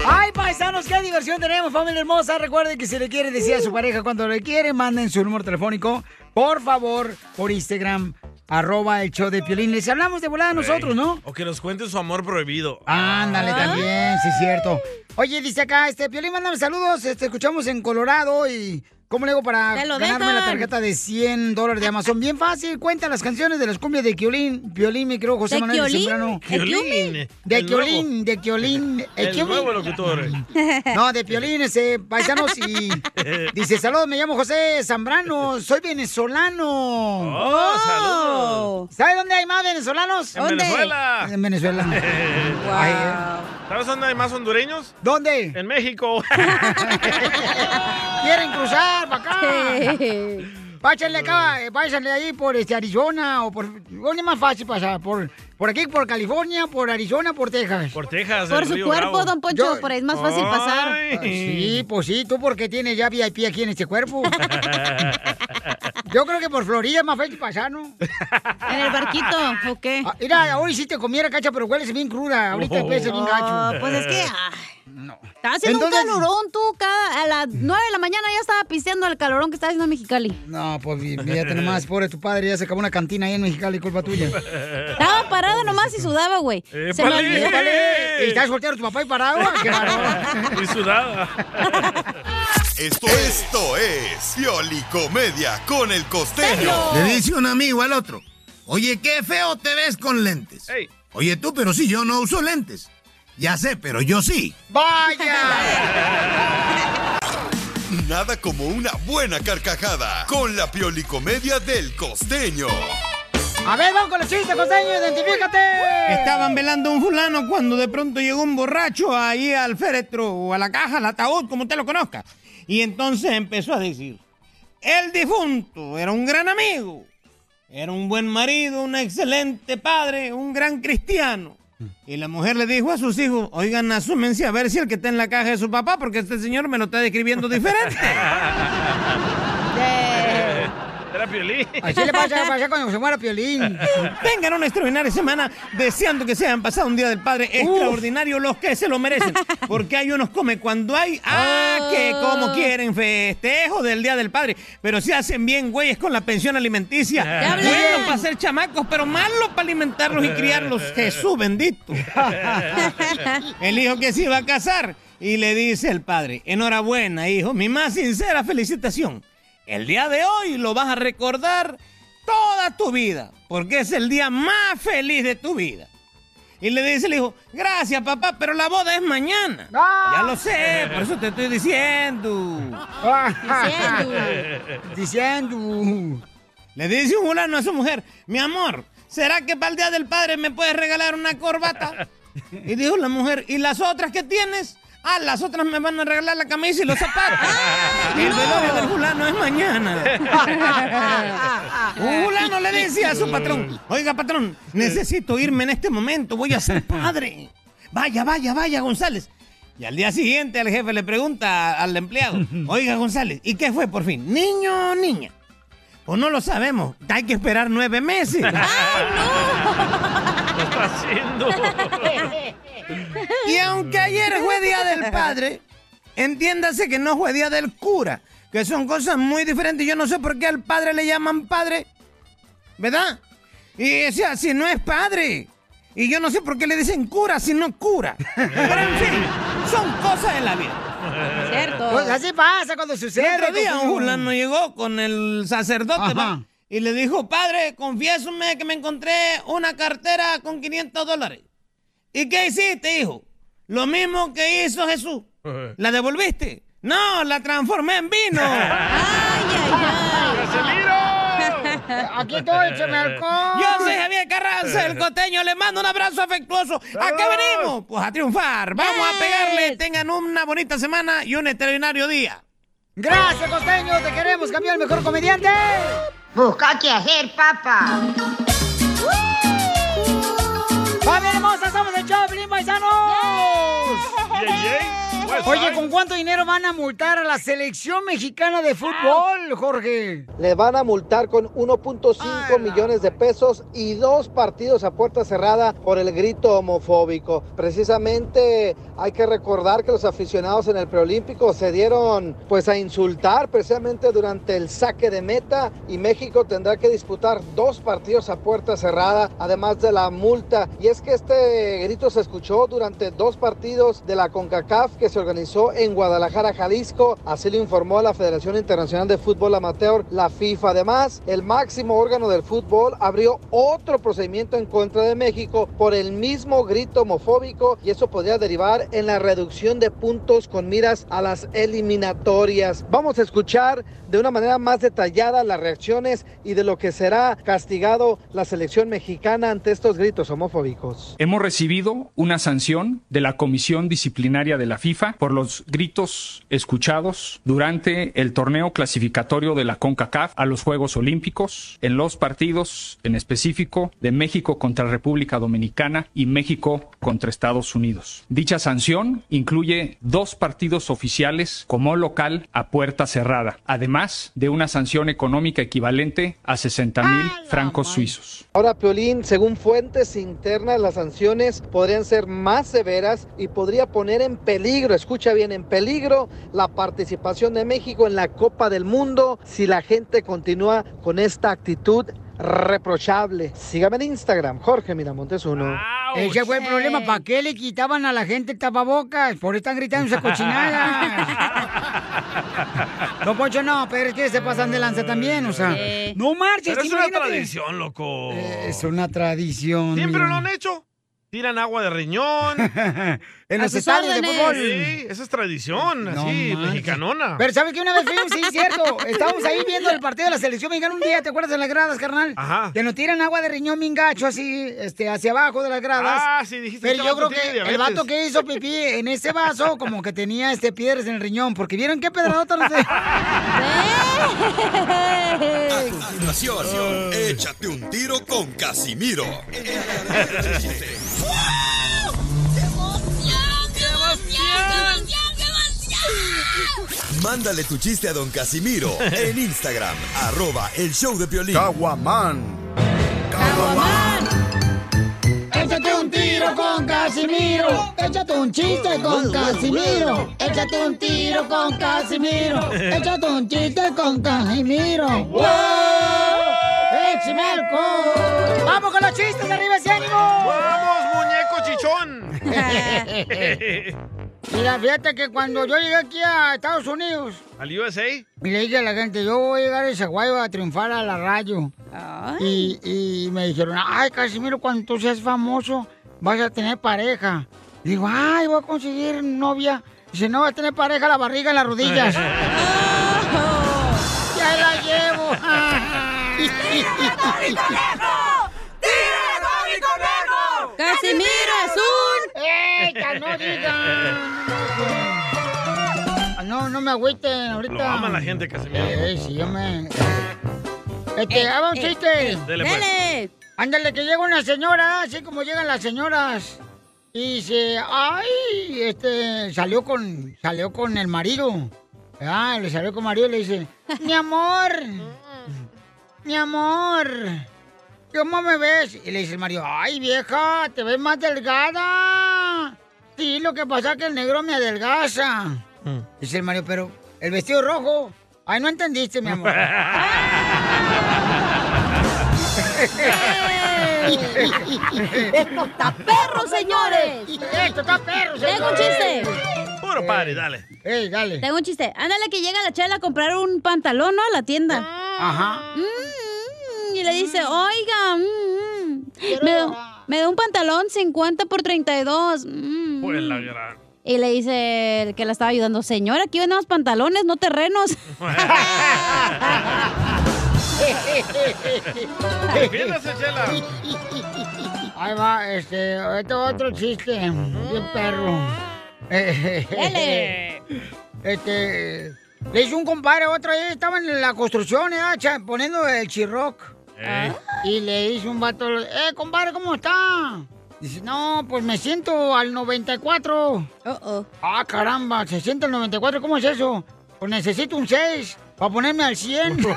Ay, paisanos, qué diversión tenemos, familia hermosa. Recuerden que si le quiere decir a su pareja cuando le quiere, manden su número telefónico, por favor, por Instagram, arroba el show de Piolín. Les hablamos de volada a nosotros, ¿no?
O que nos cuente su amor prohibido. Ah.
Ándale también, sí es cierto. Oye, dice acá, este Piolín, mándame saludos. Este, escuchamos en Colorado y ¿cómo le hago para
Te lo
ganarme la
dejan.
tarjeta de 100 dólares de Amazon? Bien fácil, cuenta las canciones de las cumbias de Piolín. Piolín, mi querido José
¿De
Manuel
Piolín?
Zambrano.
¿De Piolín?
De
El nuevo.
Piolín, de Piolín, de
El nuevo
Piolín.
locutor.
No, de Piolín, ese, paisanos y dice, saludos, me llamo José Zambrano, soy venezolano.
Oh, saludos.
¿Sabes dónde hay más venezolanos?
En Venezuela.
En Venezuela. Ay,
¿Sabes dónde hay más hondureños?
¿Dónde?
En México.
quieren cruzar para acá. Páchenle acá, eh, páchenle ahí por este Arizona o por. ¿Dónde es más fácil pasar? Por, por aquí, por California, por Arizona, por Texas.
Por Texas.
Por
el
su
Río
cuerpo,
Bravo.
don Poncho, por ahí es más fácil pasar.
Ay.
Ah, Sí, pues sí, tú porque tienes ya VIP aquí en este cuerpo. Yo creo que por Florida es más fácil pasar, ¿no? ¿En el barquito o qué? mira, hoy sí te comiera cacha, pero hueles bien cruda. Ahorita
Oh.
hueles bien gacho.
Ah, pues es que,
No.
Estaba haciendo
Entonces-
un calorón tú, cada, a las 9 de la mañana ya estaba pisteando el calorón que estaba haciendo en Mexicali.
No, pues mírate nomás, pobre tu padre, ya se acabó una cantina ahí en Mexicali, culpa tuya.
Estaba parada nomás y sudaba, güey. Se me
¡Épale!
olvidó.
¡Épale! ¿Y estás soltero tu papá y parado? ¡Qué bárbaro!
Y sudada.
Esto, esto es Piolicomedia con el costeño.
Le dice un amigo al otro, oye, qué feo te ves con lentes. Oye tú, pero si yo no uso lentes. Ya sé, pero yo sí.
¡Vaya!
Nada como una buena carcajada con la Piolicomedia del costeño.
A ver, vamos con los chistes, costeño, identifícate.
Estaban velando a un fulano cuando de pronto llegó un borracho ahí al féretro o a la caja, al ataúd, como usted lo conozca. Y entonces empezó a decir, el difunto era un gran amigo, era un buen marido, un excelente padre, un gran cristiano. Y la mujer le dijo a sus hijos, oigan, asúmense a ver si el que está en la caja es su papá, porque este señor me lo está describiendo diferente.
Era Piolín.
Así le pasa, pasa cuando se muera Piolín. Tengan una extraordinaria semana deseando que se hayan pasado un Día del Padre extraordinario los que se lo merecen. Porque hay unos come cuando hay, ah, que como quieren festejo del Día del Padre. Pero si hacen bien, güeyes, con la pensión alimenticia. Bueno para ser chamacos, pero malo para alimentarlos y criarlos. Jesús bendito. El hijo que se iba a casar y le dice el padre, enhorabuena, hijo, mi más sincera felicitación. El día de hoy lo vas a recordar toda tu vida, porque es el día más feliz de tu vida. Y le dice el hijo, gracias papá, pero la boda es mañana. Ya lo sé, por eso te estoy diciendo.
Ah.
Diciendo. Le dice un fulano a su mujer, mi amor, ¿será que para el Día del Padre me puedes regalar una corbata? Y dijo la mujer, ¿y las otras que tienes? Ah, las otras me van a regalar la camisa y los zapatos. El velorio del fulano es mañana. Un fulano le decía a su patrón, oiga patrón, necesito irme en este momento, voy a ser padre. Vaya, vaya, vaya, González. Y al día siguiente el jefe le pregunta al empleado, oiga González, ¿y qué fue por fin? ¿Niño o niña? Pues no lo sabemos, hay que esperar nueve meses.
¿Qué está haciendo?
Y aunque ayer fue día del padre, entiéndase que no fue día del cura, que son cosas muy diferentes. Yo no sé por qué al padre le llaman padre, ¿verdad? Y o sea, si no es padre. Y yo no sé por qué le dicen cura si no cura. Pero en fin, son cosas de la vida.
Cierto. Pues así pasa cuando sucede,
El otro día un
costeño.
fulano llegó con el sacerdote
Ajá.
va, y le dijo, padre, confiésame que me encontré una cartera con 500 dólares. ¿Y qué hiciste, hijo? Lo mismo que hizo Jesús. ¿La devolviste? Ah. No, la transformé en vino. ¡Ay, ay, ay!
Aquí todo échame alcohol.
Yo soy Javier Carranza, el costeño. Les mando un abrazo afectuoso. ¿A qué venimos? Pues a triunfar. Vamos a pegarle. Tengan una bonita semana y un extraordinario día.
Gracias, costeño. Te queremos, campeón, el mejor comediante.
Busca qué hacer, papá.
¡Familia hermosa! ¡Somos el Choplin Paisanos! Oye, ¿con cuánto dinero van a multar a la selección mexicana de fútbol, Jorge?
Le van a multar con 1.5 millones de pesos y dos partidos a puerta cerrada por el grito homofóbico. Precisamente hay que recordar que los aficionados en el preolímpico se dieron pues a insultar precisamente durante el saque de meta y México tendrá que disputar dos partidos a puerta cerrada además de la multa. Y es que este grito se escuchó durante dos partidos de la CONCACAF que se organizó en Guadalajara, Jalisco. Así lo informó la Federación Internacional de Fútbol Amateur, la FIFA. Además, el máximo órgano del fútbol abrió otro procedimiento en contra de México por el mismo grito homofóbico y eso podría derivar en la reducción de puntos con miras a las eliminatorias. Vamos a escuchar de una manera más detallada las reacciones y de lo que será castigado la selección mexicana ante estos gritos homofóbicos.
Hemos recibido una sanción de la Comisión Disciplinaria de la FIFA por los gritos escuchados durante el torneo clasificatorio de la CONCACAF a los Juegos Olímpicos, en los partidos en específico de México contra República Dominicana y México contra Estados Unidos. Dicha sanción incluye dos partidos oficiales como local a puerta cerrada, además de una sanción económica equivalente a 60 mil francos suizos.
Ahora, Piolín, según fuentes internas, las sanciones podrían ser más severas y podría poner en peligro, escucha bien, en peligro la participación de México en la Copa del Mundo si la gente continúa con esta actitud reprochable. Sígame en Instagram, Jorge Miramontes uno.
Ese fue el problema. ¿Para qué le quitaban a la gente el tapabocas? Por eso están gritando esa cochinada. No, Poncho, no, pero es que se pasan de lanza también, o sea.
Sí.
No marches,
Pero es una
imagínate. Eh, mm.
tradición, loco.
Es una tradición.
Siempre
mira.
lo han hecho. Tiran agua de riñón.
En los estadios de fútbol.
Sí, esa es tradición,
No
así,
manches.
mexicanona.
Pero ¿sabes que Una vez fuimos, sí, cierto. Estábamos ahí viendo el partido de la selección mexicana un día, ¿te acuerdas de las gradas, carnal?
Ajá.
Que nos tiran agua de riñón mingacho así, este, hacia abajo de las gradas.
Ah, sí, dijiste,
Pero
este
yo
vato
creo
tiene
que el
diabetes.
vato que hizo pipí en ese vaso, como que tenía este piedras en el riñón, porque vieron qué pedradota nos
A continuación, échate un tiro con Casimiro. Mándale tu chiste a don Casimiro en Instagram, arroba el show de violín. Caguaman.
Échate un tiro con Casimiro. Échate un chiste con Casimiro. Échate un tiro con Casimiro. Échate un chiste con Casimiro. ¡Wow! ¡Échame alcohol! ¡Vamos con los chistes! ¡Arriba ese ánimo!
¡Vamos, muñeco chichón!
Mira, fíjate que cuando yo llegué aquí a Estados Unidos,
¿Al USA?
y le dije a la gente, yo voy a llegar a Zaguayo a triunfar a la radio. Y, y me dijeron, ay, Casimiro, cuando tú seas famoso, vas a tener pareja. Digo, ay, voy a conseguir novia. Dice, no, vas a tener pareja la barriga y las rodillas. ¡Ya la llevo!
¡Casimiro Azul!
¡Eita, no digan! No, no me agüiten ahorita.
Lo ama la gente, Casimiro.
Eh, sí, yo me... Este, ahí va un
eh,
chiste.
eh, dele, pues.
Dele. Ándale, que llega una señora, así como llegan las señoras. Y dice, ay, este, salió con, salió con el marido. Ah, le salió con marido y le dice, mi amor, mi amor, ¿cómo me ves? Y le dice el marido, ay, vieja, te ves más delgada. Sí, lo que pasa es que el negro me adelgaza. Dice el marido, pero el vestido rojo. Ay, no entendiste, mi amor.
¡Esto
está perro, señores! ¡Esto está perro,
Tengo un chiste.
Puro padre, dale.
Ey, dale.
Tengo un chiste. Ándale que llega la chela a comprar un pantalón, ¿no? A la tienda.
Ajá.
Mm, y le dice, oiga, mm, mm, me, da, me da un pantalón 50 por 32. Mm,
Pues la
mm".
gran.
Y le dice el que la estaba ayudando, señora, aquí vendemos pantalones, no terrenos.
Defiéndase, Chela.
Ahí va, este, este otro chiste. Bien perro.
Dale.
Este, le hizo un compadre otra vez, estaban en la construcción, eh, cha- poniendo el chirroc.
Ey.
Y le hizo un vato, eh, compadre, ¿cómo está? Dice, no, pues me siento al 94. Ah, caramba, se siente al 94, ¿cómo es eso? Pues necesito un 6 para ponerme al 100.
Eh,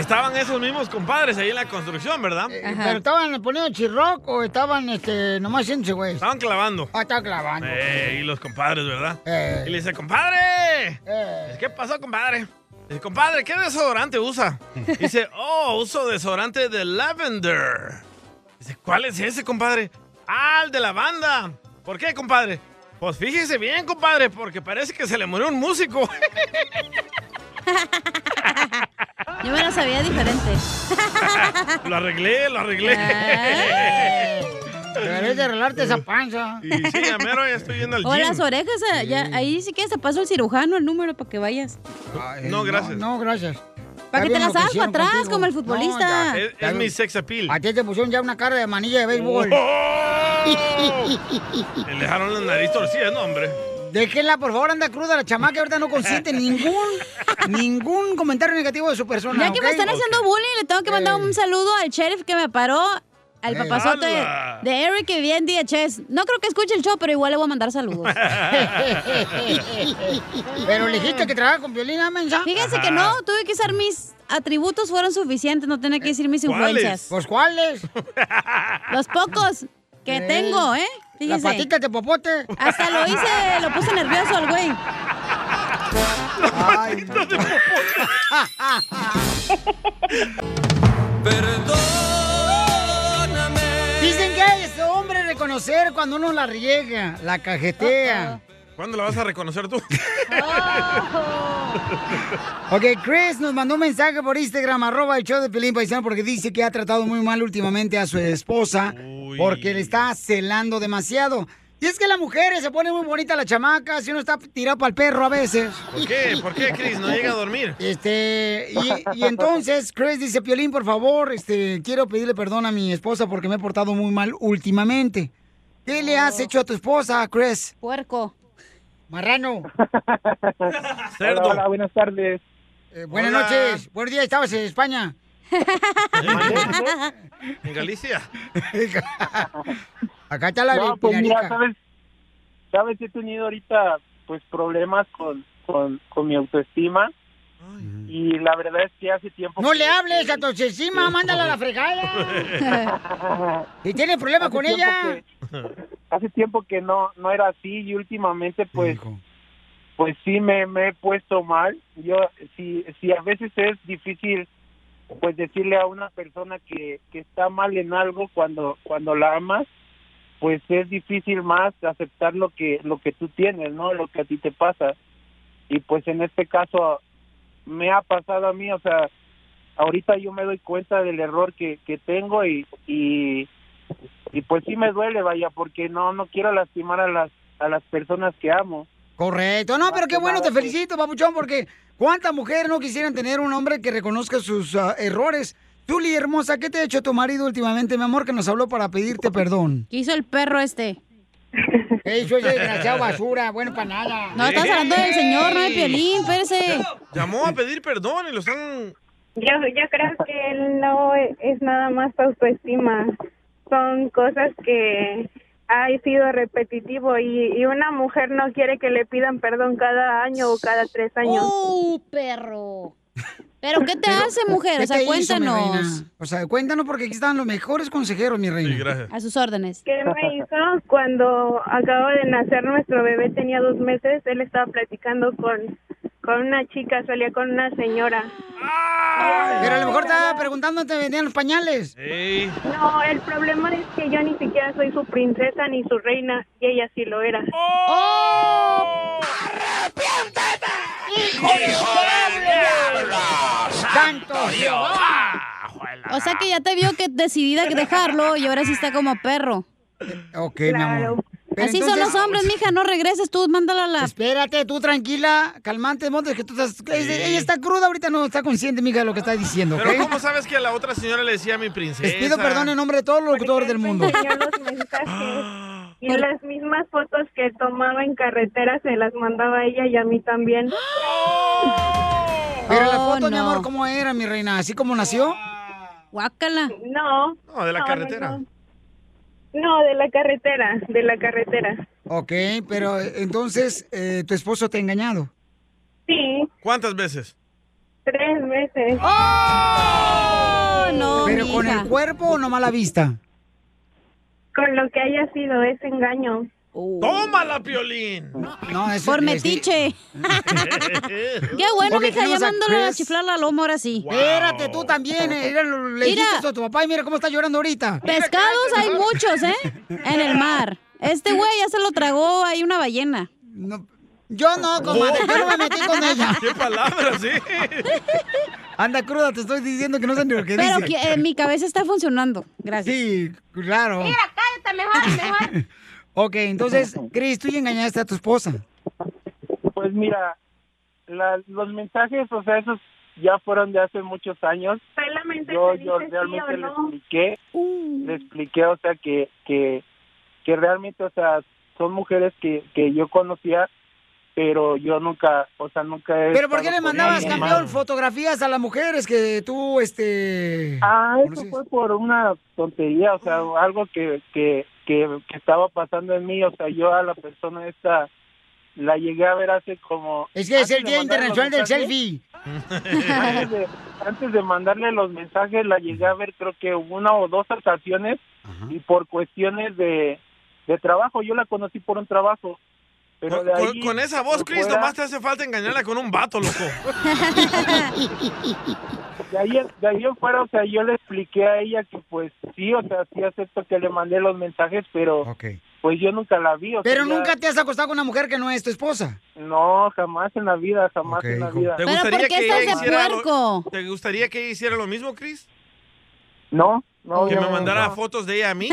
Estaban esos mismos compadres ahí en la construcción, ¿verdad?
Eh, ¿Pero estaban poniendo chirroc o estaban este, nomás haciéndose, güey?
Estaban clavando.
Ah, estaban clavando.
Eh, y los compadres, ¿verdad?
Eh.
Y le dice, compadre. ¿Qué pasó, compadre? Dice, compadre, ¿qué desodorante usa? Dice, oh, uso desodorante de lavender. Dice, ¿cuál es ese, compadre? Ah, el de lavanda. ¿Por qué, compadre? Pues fíjese bien, compadre, porque parece que se le murió un músico.
Yo me lo sabía diferente.
lo arreglé, lo arreglé.
Ah.
Deberías de arreglarte esa panza.
Y sí, a mero ya estoy yendo al
O
gym.
las orejas, ah, ya, ahí sí que se pasó el cirujano el número para que vayas.
No, gracias.
Ah, eh, No, gracias.
Para que te las
las
hagas para atrás como el futbolista.
Es, es mi sex appeal. ¡Oh!
A ti te pusieron ya una cara de manilla de béisbol.
Le dejaron la nariz torcida, no, hombre.
Déjenla, por favor, anda cruda la chamaca. Ahorita no consiente ningún, ningún comentario negativo de su persona.
Ya que me
¿ok?
están haciendo bullying, le tengo que mandar un saludo al sheriff que me paró, al
Eh.
papazote
¡Hala!
de Eric que vivía en DHS. No creo que escuche el show, pero igual le voy a mandar saludos.
Pero le dijiste que trabaja con violina, mensa.
Fíjense que no, tuve que usar mis atributos, fueron suficientes, no tenía que decir mis influencias.
¿Pues cuáles?
Los pocos que
Eh,
tengo, ¿eh?
Las patitas de popote.
Hasta lo hice, lo puse nervioso al güey.
Dicen que hay este hombre reconocer cuando uno la riega, la cajetea.
¿Cuándo la vas a reconocer tú?
Ok, Chris nos mandó un mensaje por Instagram, arroba el show de Pelín Paisano, porque dice que ha tratado muy mal últimamente a su esposa porque le está celando demasiado. Y es que las mujeres se ponen muy bonitas las chamacas y uno está tirado para el perro a veces.
¿Por qué? ¿Por qué, Chris? No llega a dormir.
Este, y, y entonces Chris dice, Piolín, por favor, este, quiero pedirle perdón a mi esposa porque me he portado muy mal últimamente. ¿Qué le has hecho a tu esposa, Chris?
Puerco.
Marrano.
Hola, hola, buenas tardes.
Eh, Buenas
Hola.
noches. Buenos días, estabas en España.
¿En Galicia?
Acá está la
No, pues mira,
Pilarica.
¿sabes? ¿Sabes? He tenido ahorita pues problemas con, con, con mi autoestima y la verdad es que hace tiempo...
No
que-
le hables a tu encima, mándala a la fregada. ¿Y tiene problemas
Hace
con
tiempo
ella?
que- hace tiempo que no, no era así y últimamente pues... Pues sí me, me he puesto mal. Yo, si, si a veces es difícil pues decirle a una persona que, que está mal en algo cuando cuando la amas pues es difícil más aceptar lo que lo que tú tienes no lo que a ti te pasa y pues en este caso me ha pasado a mí o sea ahorita yo me doy cuenta del error que, que tengo y, y y pues sí me duele vaya porque no no quiero lastimar a las a las personas que amo
Correcto. No, pero qué
que
bueno,
nada,
te felicito, papuchón, porque ¿cuántas mujeres no quisieran tener un hombre que reconozca sus ah, errores? Tuli, hermosa, ¿qué te ha hecho tu marido últimamente, mi amor, que nos habló para pedirte perdón?
¿Qué hizo el perro este?
¿Qué hizo ese desgraciado basura? Bueno, para nada. Eh.
No, estás hablando del señor, no de Piolín, espérese.
Llamó a pedir perdón y lo están...
Yo, yo creo que no es nada más autoestima. Son cosas que ha sido repetitivo y, y una mujer no quiere que le pidan perdón cada año o cada tres años.
¡Uh, perro! ¿Pero qué te hace, mujer?
¿Qué
O sea,
te hizo, mi
cuéntanos.
reina? o sea, cuéntanos porque aquí están los mejores consejeros, mi reina.
A sus órdenes.
¿Qué me hizo cuando acabo de nacer nuestro bebé? Tenía dos meses. Él estaba platicando con, con una chica, salía con una señora.
Ah, Pero a lo mejor estaba preguntando te vendían los pañales.
No, el problema es que yo ni siquiera soy su princesa ni su reina y ella sí lo era.
¡Oh!
¡Santo
O sea que ya te vio que decidida que dejarlo y ahora sí está como perro.
Ok, mi
Claro.
amor.
Así son los hombres, mija, no regreses tú, mándala a la...
Espérate, tú tranquila, calmante, Montes, que tú estás... Ella está cruda ahorita, no está consciente, mija, de lo que está diciendo, ¿ok?
Pero ¿cómo sabes que la otra señora le decía a mi princesa?
Les pido perdón en nombre de todos los locutores del mundo.
enseñó los mensajes y las mismas fotos que tomaba en carretera se las mandaba a ella y a mí también.
Pero la
Oh,
foto, mi
no.
amor, ¿cómo era, mi reina? ¿Así como nació?
Guácala.
No.
No, de la carretera.
No, No, de la carretera, de la carretera.
Ok, pero eh, entonces, eh, ¿tu esposo te ha engañado?
Sí,
¿Cuántas veces?
tres veces.
¡Oh, no,
¿Pero con
mija.
el cuerpo o nomás la vista?
Con lo que haya sido ese engaño.
Oh.
¡Tómala, Piolín!
No, eso
Por
es-
metiche. Qué bueno,
Ok,
mija, ya
tenemos a
mándalo a
Chris.
chiflar la loma ahora sí.
Espérate, tú también. eh, Era, lo- le
Mira.
dijiste eso a tu papá y mira cómo está llorando ahorita.
Pescados hay muchos, ¿eh? En el mar. Este güey ya se lo tragó ahí una ballena.
yo no, comadre, yo no me metí con ella.
¿Qué palabras, sí?
Anda cruda, te estoy diciendo que no sé ni lo que
Pero
dice.
que- eh, mi cabeza está funcionando. Gracias.
Sí, claro.
cállate mejor, mejor.
Ok, entonces, Chris, tú ya engañaste a tu esposa.
Pues mira, la- los mensajes, o sea, esos ya fueron de hace muchos años.
Solamente
yo,
te
yo
dice sí
realmente
o
le
no.
expliqué, le expliqué, o sea, que, que, que realmente, o sea, son mujeres que, que yo conocía, pero yo nunca, o sea, nunca he
¿Pero por qué
estado
le
con
mandabas,
alguien más.
campeón, fotografías a las mujeres que tú, este...
Ah, eso fue por una tontería, o sea, algo que, que, que, que estaba pasando en mí, o sea, yo a la persona esta la llegué a ver hace como...
Es que es
antes
el
de
Día
mandarle los
Internacional del
mensajes-
Selfie.
antes, de, antes de mandarle los mensajes la llegué a ver creo que una o dos ocasiones y por cuestiones de, de trabajo, yo la conocí por un trabajo. Pero
Con,
de
con-
ahí,
con esa voz,
por
Chris,
fuera-
nomás te hace falta engañarla con un vato, loco.
de ahí, en- de ahí en fuera, o sea, yo le expliqué a ella que pues sí, o sea, sí acepto que le mandé los mensajes, pero pues yo nunca la vi. o sea,
Pero
ya-
nunca te has acostado con una mujer que no es tu esposa.
No, jamás en la vida, jamás en la vida.
¿Te gustaría que ella hiciera lo-
puerco?
¿Te gustaría que ella hiciera lo mismo, Chris?
No, no.
¿Que me
no,
mandara
no.
fotos de ella a mí?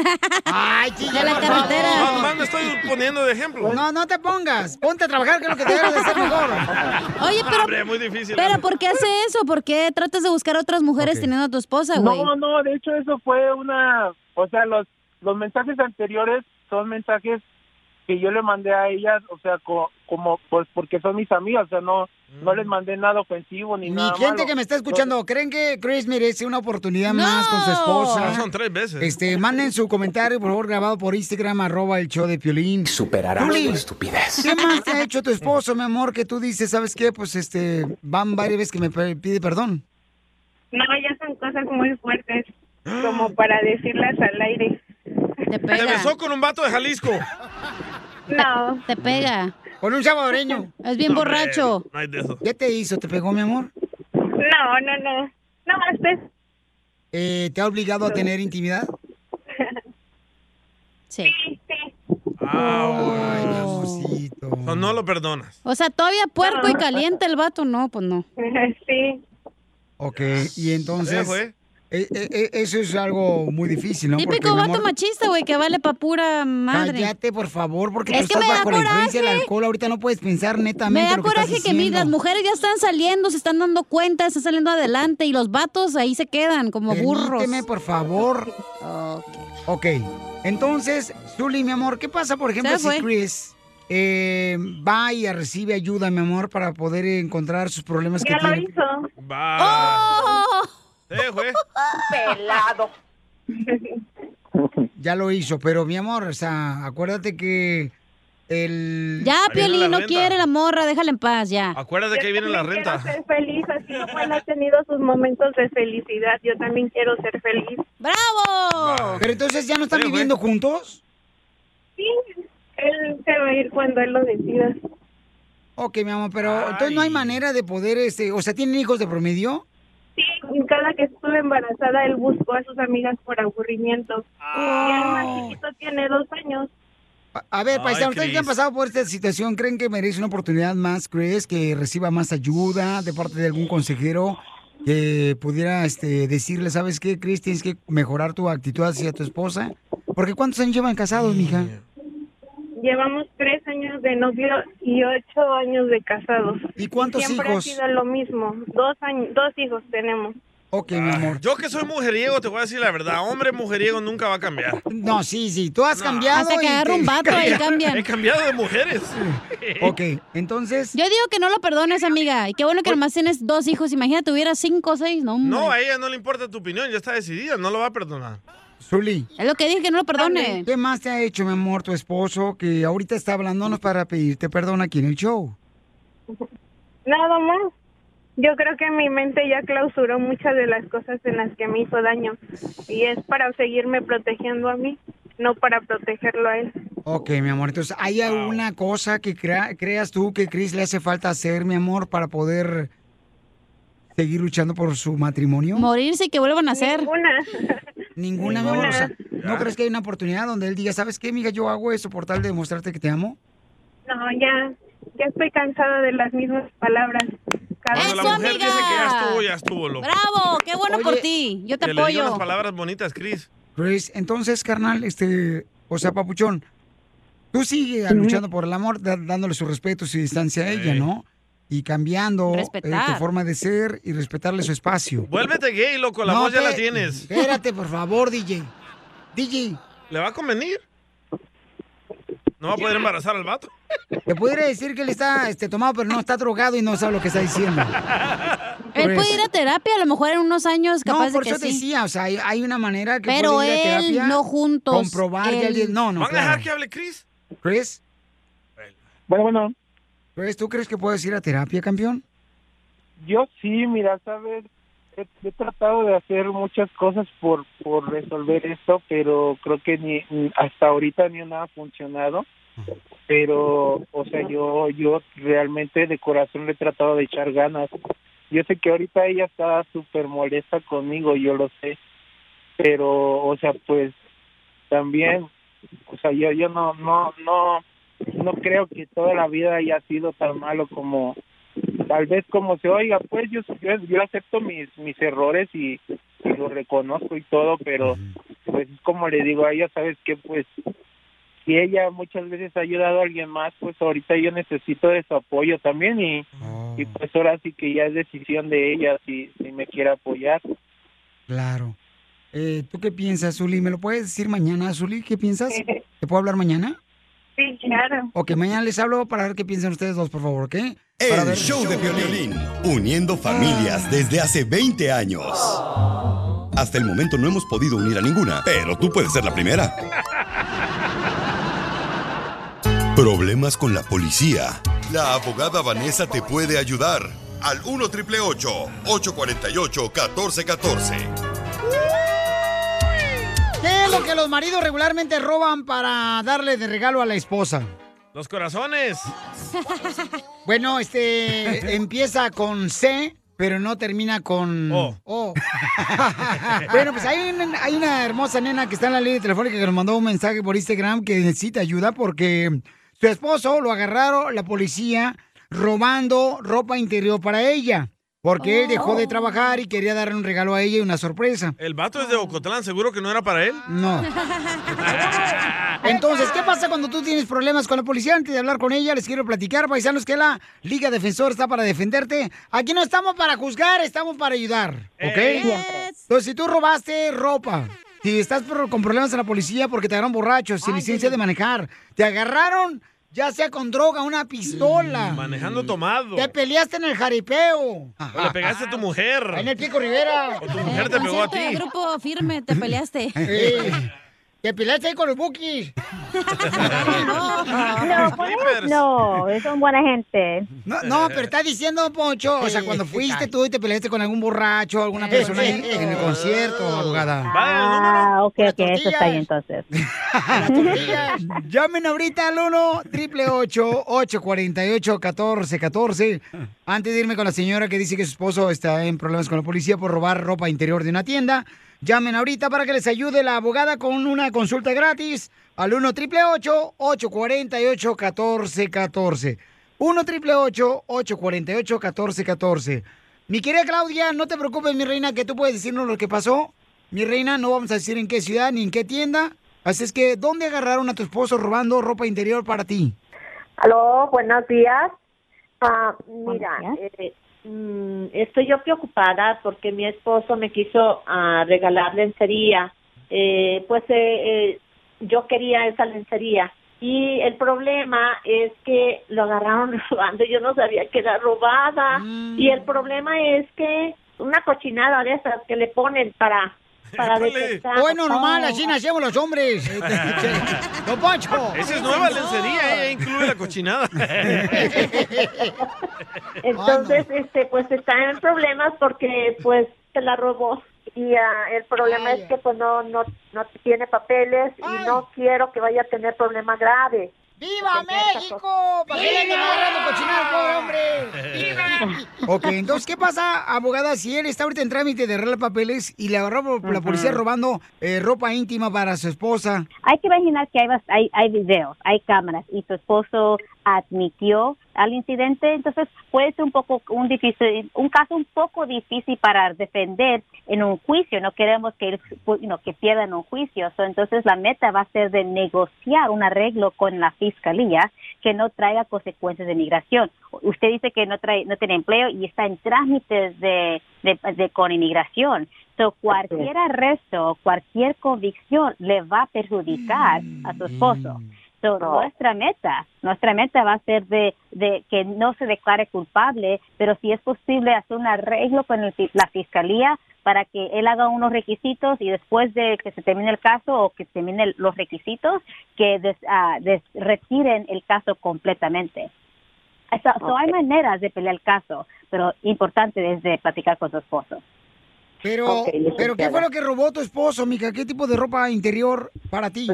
Ay, sí, ya la
Más,
carretera.
más me estoy poniendo de ejemplo.
No, no te pongas. Ponte a trabajar, que es lo que te debes de hacer mejor.
Oye, pero-
Hombre, muy difícil.
Pero ¿por qué hace eso? ¿Por qué tratas de buscar otras mujeres teniendo a tu esposa, güey?
No, no, de hecho eso fue una, o sea, los los mensajes anteriores son mensajes que yo le mandé a ellas, o sea, co- como pues porque son mis amigas, o sea, no no les mandé nada ofensivo ni,
Mi
nada.
Mm. gente
malo.
que me está escuchando, ¿creen que Chris merece una oportunidad más con su esposa?
No, son tres veces.
Este, manden su comentario, por favor, grabado por Instagram, arroba el show de Piolín.
Superarás
Piolín,
tu estupidez.
¿Qué más te ha hecho tu esposo, mi amor, que tú dices, ¿sabes qué? Pues, este, van varias veces que me pe- pide perdón.
No, ya son cosas muy fuertes, como para decirlas al aire.
Te
Te besó con un vato de Jalisco.
No.
Te pega.
Con un salvadoreño.
Es bien
Hombre,
borracho.
No hay de eso.
¿Qué te hizo? ¿Te pegó, mi amor?
No, no, no. No, pues,
Eh, ¿Te ha obligado a tener intimidad?
Sí.
Ay, mi amorcito. No, no lo perdonas.
O sea, todavía puerco y caliente el vato, no, pues no.
Sí.
Ok, y entonces...
Ya fue.
eh, eh, eh, eso es algo muy difícil, ¿no? Porque,
Típico
mi
vato
amor,
machista, güey, que vale pa' pura madre.
Cállate, por favor, porque
Es que
tú estás
me da
bajo la influencia del
coraje.
alcohol. Ahorita no puedes pensar
Me
netamente
da
lo que
coraje
estás
que mira, las
diciendo.
mujeres ya están saliendo, se están dando cuenta, están saliendo adelante y los vatos ahí se quedan como burros.
Permíteme, por favor. Ok. Entonces, Zuli, mi amor, ¿qué pasa, por ejemplo,
Se
si
fue.
Chris eh, va y recibe ayuda, mi amor, para poder encontrar sus problemas
Ya
que
lo
tiene?
hizo.
Eh, güey.
Pelado.
Ya lo hizo, pero mi amor, o sea, acuérdate que el...
Ya, Piolín, no quiere la morra, déjala en paz, ya.
Acuérdate que ahí viene la
Quiero
renta.
ser feliz, así como él ha tenido sus momentos de felicidad, yo también quiero ser feliz.
¡Bravo!
Pero entonces ya no están viviendo juntos.
Sí, él se va a ir cuando él lo decida.
Ok, mi amor, pero entonces no hay manera de poder, este, o sea, ¿tienen hijos de promedio?
Sí, cada que estuve embarazada, él buscó a sus amigas por aburrimiento. Y el más chiquito tiene dos años.
A- A ver,
Ay,
paisano, ustedes que han
Cris.
pasado por esta situación, ¿creen que merece una oportunidad más? ¿Crees que reciba más ayuda de parte de algún consejero que pudiera este, decirle, ¿sabes qué, Chris? Tienes
Mm.
que mejorar tu actitud hacia tu esposa. Porque ¿cuántos años llevan casados, mija?
llevamos tres años de novio y ocho años de casados.
¿Y cuántos
Siempre
hijos?
ha sido lo mismo. Dos, años, dos hijos tenemos.
Ok, mi amor.
Yo que soy mujeriego, te voy a decir la verdad. Hombre mujeriego nunca va a cambiar.
No, sí, sí, tú has
No.
cambiado.
Hasta que
y
agarra
te-
un vato, ahí cambian. He cambiado de mujeres.
ok, entonces.
Yo digo que no lo perdones, amiga. Y qué bueno que nomás tienes dos hijos. Imagínate, hubiera cinco o seis, no, hombre.
No,
eh.
a ella no le importa tu opinión, ya está decidida, no lo va a perdonar.
Zuli.
Es lo que dije, que no lo perdone.
¿Qué más te ha hecho, mi amor, tu esposo que ahorita está hablándonos para pedirte perdón aquí en el show?
Nada más. Yo creo que mi mente ya clausuró muchas de las cosas en las que me hizo daño. Y es para seguirme protegiendo a mí, no para protegerlo a él.
Ok, mi amor, entonces, ¿hay alguna cosa que crea- creas tú que Chris le hace falta hacer, mi amor, para poder seguir luchando por su matrimonio?
Morirse y que vuelvan a hacer.
Ninguna.
Ninguna, mi amor. o sea, ¿No crees que hay una oportunidad donde él diga, ¿sabes qué, amiga? Yo hago eso por tal de demostrarte que te amo?
No, ya, ya estoy cansada de las mismas palabras. Cada
Cuando la mujer dice que ya estuvo, ya estuvo, loco.
¡Bravo! ¡Qué bueno por
Oye,
ti! Yo te
Que le diga
apoyo.
unas palabras bonitas, Chris.
Chris, entonces, carnal, este, o sea, papuchón, tú sigue luchando por el amor, da- dándole su respeto, su distancia a ella, ¿no? Y cambiando eh, tu
Respetar.
forma de ser y respetarle su espacio.
Vuélvete gay, loco, la
No,
voz ya la
pe-
tienes.
Espérate, por favor, DJ. DJ,
¿Le va a convenir? ¿No va a poder embarazar al vato?
te pudiera decir que él está este, tomado, pero no está drogado y no sabe lo que está diciendo.
Él
Pues.
puede ir a terapia, a lo mejor en unos años, capaz
no, por
de que
eso te
sí.
decía, o sea, hay, hay una manera que
Pero
puede ir a
él,
terapia,
no juntos,
Comprobar que
él-
alguien... No, no,
¿Van a
claro.
dejar que hable Chris?
Chris.
Bueno, bueno.
Chris, ¿tú crees que puedes ir a terapia, campeón?
Yo sí, mira, sabes, he, he tratado de hacer muchas cosas por, por resolver esto, pero creo que ni, ni- hasta ahorita ni una ha funcionado. Pero, o sea, yo, yo realmente de corazón le he tratado de echar ganas. Yo sé que ahorita ella está súper molesta conmigo, yo lo sé. Pero, o sea, pues también, o sea, yo, yo no, no, no, no creo que toda la vida haya sido tan malo como, tal vez como se oiga, pues yo yo, yo acepto mis mis errores y, y los reconozco y todo, pero pues es como le digo a ella, sabes que pues si ella muchas veces ha ayudado a alguien más, pues ahorita yo necesito de su apoyo también y, y pues ahora sí que ya es decisión de ella si si me quiere apoyar.
Claro. Eh, ¿Tú qué piensas, Zuli? ¿Me lo puedes decir mañana, Zuli? ¿Qué piensas? ¿Te puedo hablar mañana?
Sí, claro.
Ok, mañana les hablo para ver qué piensan ustedes dos, por favor, ¿ok? Para
El
ver-
show de violín. Uniendo familias desde hace 20 años. Hasta el momento no hemos podido unir a ninguna, pero tú puedes ser la primera. Problemas con la policía. La abogada Vanessa te puede ayudar. Al 1 triple 848 1414.
¿Qué es lo que los maridos regularmente roban para darle de regalo a la esposa?
Los corazones.
Ah. Bueno, este empieza con C, pero no termina con O. bueno, pues hay una, hay una hermosa nena que está en la línea telefónica que nos mandó un mensaje por Instagram que necesita ayuda porque su esposo lo agarraron la policía robando ropa interior para ella. Porque él dejó de trabajar y quería darle un regalo a ella y una sorpresa.
El vato es de Ocotlán, seguro que no era para él.
No. Entonces, ¿qué pasa cuando tú tienes problemas con la policía? Antes de hablar con ella, les quiero platicar, paisanos, que la Liga Defensor está para defenderte. Aquí no estamos para juzgar, estamos para ayudar, ¿ok? Entonces, si tú robaste ropa, si estás por- con problemas en la policía porque te agarraron borrachos, sin licencia de manejar, te agarraron ya sea con droga, una pistola,
Manejando tomado.
te peleaste en el jaripeo,
O le pegaste a tu mujer.
en el Pico Rivera.
O tu mujer te pegó a
Concierto de
ti.
grupo firme, te peleaste.
Eh, te peleaste ahí con los bookies.
No, pues, no, son buena gente.
No, no, pero está diciendo, Poncho, o sea, cuando fuiste tú y te peleaste con algún borracho,
Eh,
alguna persona eh, ahí en el concierto, abogada.
Ah, ok, ok, eso está ahí entonces.
Llamen ahorita al 1 848 1414 Antes de irme con la señora que dice que su esposo está en problemas con la policía por robar ropa interior de una tienda, llamen ahorita para que les ayude la abogada con una consulta gratis al 1 848 1414 1 848 1414 Mi querida Claudia, no te preocupes, mi reina, que tú puedes decirnos lo que pasó. Mi reina, no vamos a decir en qué ciudad ni en qué tienda, Así es que, ¿dónde agarraron a tu esposo robando ropa interior para ti?
Aló, buenos días. Ah, mira, eh, mm, estoy yo preocupada porque mi esposo me quiso ah, regalar lencería. Eh, pues eh, eh, yo quería esa lencería. Y el problema es que lo agarraron robando. Yo no sabía que era robada.
Mm.
Y el problema es que una cochinada de esas que le ponen para... para detectar.
Bueno, normal,
Oh.
así nacemos los hombres. ¡Don Poncho!
Esa Este, es nueva lencería, eh, incluye la cochinada.
Entonces, este, pues está en problemas porque, pues, se la robó. Y ah, el problema es que, pues, no, no, no tiene papeles y no quiero que vaya a tener problema grave.
¡Viva México! ¿Para qué le andamos agarrando cochinadas, pobre hombre? Ok, entonces, ¿qué pasa, abogada, si él está ahorita en trámite de arreglar papeles y le agarró por la policía robando eh, ropa íntima para su esposa?
Hay que imaginar que hay, bas- hay, hay videos, hay cámaras y su esposo admitió al incidente, entonces puede ser un poco un difícil, un caso un poco difícil para defender en un juicio. No queremos que él, pu- you know, que pierdan un juicio, So, entonces la meta va a ser de negociar un arreglo con la fiscalía que no traiga consecuencias de migración. Usted dice que no trae, no tiene empleo y está en trámites de, de- de- con inmigración. So, cualquier arresto, cualquier convicción le va a perjudicar a su esposo. So,
No.
Nuestra meta, nuestra meta va a ser de, de que no se declare culpable, pero si es posible hacer un arreglo con el fi- la fiscalía para que él haga unos requisitos y después de que se termine el caso o que termine el- los requisitos, que des- ah, des- retiren el caso completamente. So, so hay maneras de pelear el caso, pero importante es de platicar con su esposo.
Pero,
Ok,
¿pero ¿qué
licenciada.
fue lo que robó tu esposo, mija? ¿Qué tipo de ropa interior para ti?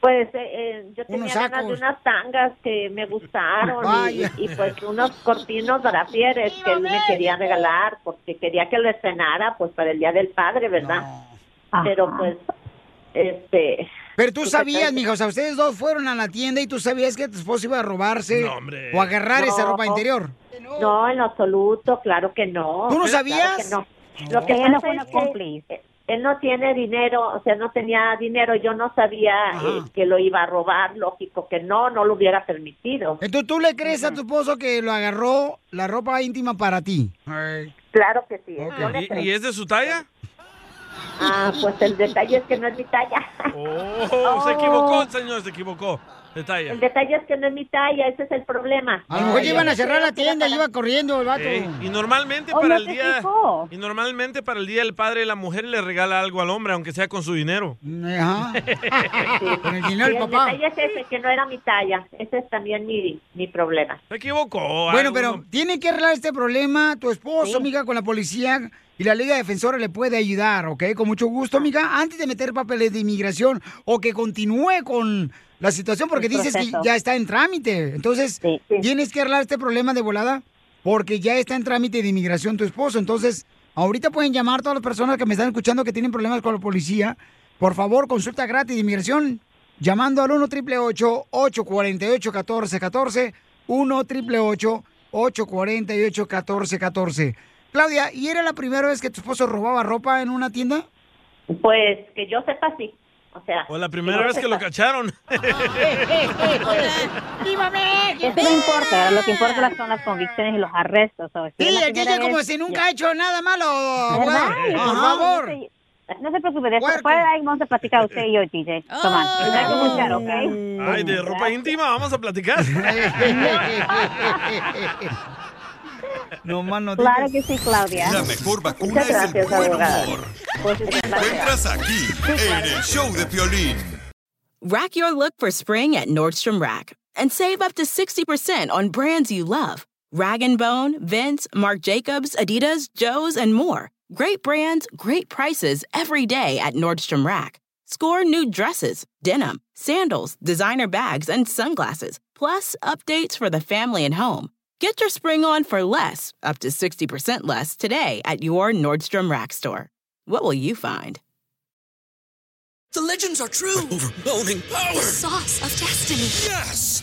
Pues eh, eh, yo tenía
Unos
ganas de
sacos.
unas tangas que me gustaron y,
Vaya.
y, pues unos cortinos brasieres que él me quería regalar porque quería que lo estrenara pues para el Día del Padre, ¿verdad? Pero pues, este...
Ah. Pero tú sabías, mija, o sea, ustedes dos fueron a la tienda y tú sabías que tu esposo iba a robarse o agarrar esa
No.
ropa interior.
No, en absoluto, claro que no.
¿Tú no
Claro
sabías?
que no. Lo que
Ella no
pasa
fue una
es que eh, él no tiene dinero, o sea, no tenía dinero. Yo no sabía eh, que lo iba a robar, lógico que no, no lo hubiera permitido.
Entonces, ¿tú le crees a
Mm.
tu esposo que lo agarró la ropa íntima para ti?
Claro que sí.
Ok.
yo le
¿Y, y es de su talla?
Ah, pues el detalle es que no es mi talla.
Oh, se equivocó, señor, se equivocó. Detalle.
El detalle es que no es mi talla, ese es el problema.
A lo mejor ya iban a cerrar la tienda, iba corriendo el vato.
Ey, y normalmente
Oh,
para
no
el
te
día
fijó.
y normalmente para el día del padre la mujer le regala algo al hombre aunque sea con su dinero.
Con el
Sí,
dinero del
el
papá.
detalle es ese, que no era mi talla. Ese es también mi, mi problema.
Se equivocó.
Bueno, pero tiene que arreglar este problema tu esposo, amiga, con la policía y la Liga Defensora le puede ayudar, ¿ok? Con mucho gusto, amiga, antes de meter papeles de inmigración o que continúe con la situación porque
El
dices que
proceso.
ya está en trámite. Entonces, tienes que arreglar este problema de volada porque ya está en trámite de inmigración tu esposo. Entonces, ahorita pueden llamar todas las personas que me están escuchando que tienen problemas con la policía. Por favor, consulta gratis de inmigración llamando al 1 888 848 1414 1 888 848 1414 Claudia, ¿y era la primera vez que tu esposo robaba ropa en una tienda?
Pues que yo sepa sí. O sea,
O la primera vez que lo cacharon.
¡Viva
Eso no importa, ¿verdad? lo que importa las- son las convicciones y los arrestos. o si
Sí,
es la
el
primera
DJ como
vez-
si nunca ha hecho nada malo,
¿Verdad?
abogada.
Ay,
Por
no,
favor.
No se, no se preocupe, después ahí vamos a platicar usted y yo, DJ. Toma, en algún lugar, ¿ok?
Ay, de ropa íntima vamos a platicar.
No más
Claro que sí, Claudia.
La mejor vacuna es el buen humor. Encuentras aquí, en el show de Piolín.
Rack your look for spring at Nordstrom Rack and save up to 60% on brands you love. Rag & Bone, Vince, Marc Jacobs, Adidas, Joe's, and more. Great brands, great prices every day at Nordstrom Rack. Score new dresses, denim, sandals, designer bags, and sunglasses, plus updates for the family and home. Get your spring on for less, up to 60% less, today at your Nordstrom Rack store. What will you find?
The legends are true.
Overwhelming power!
The sauce of destiny.
Yes!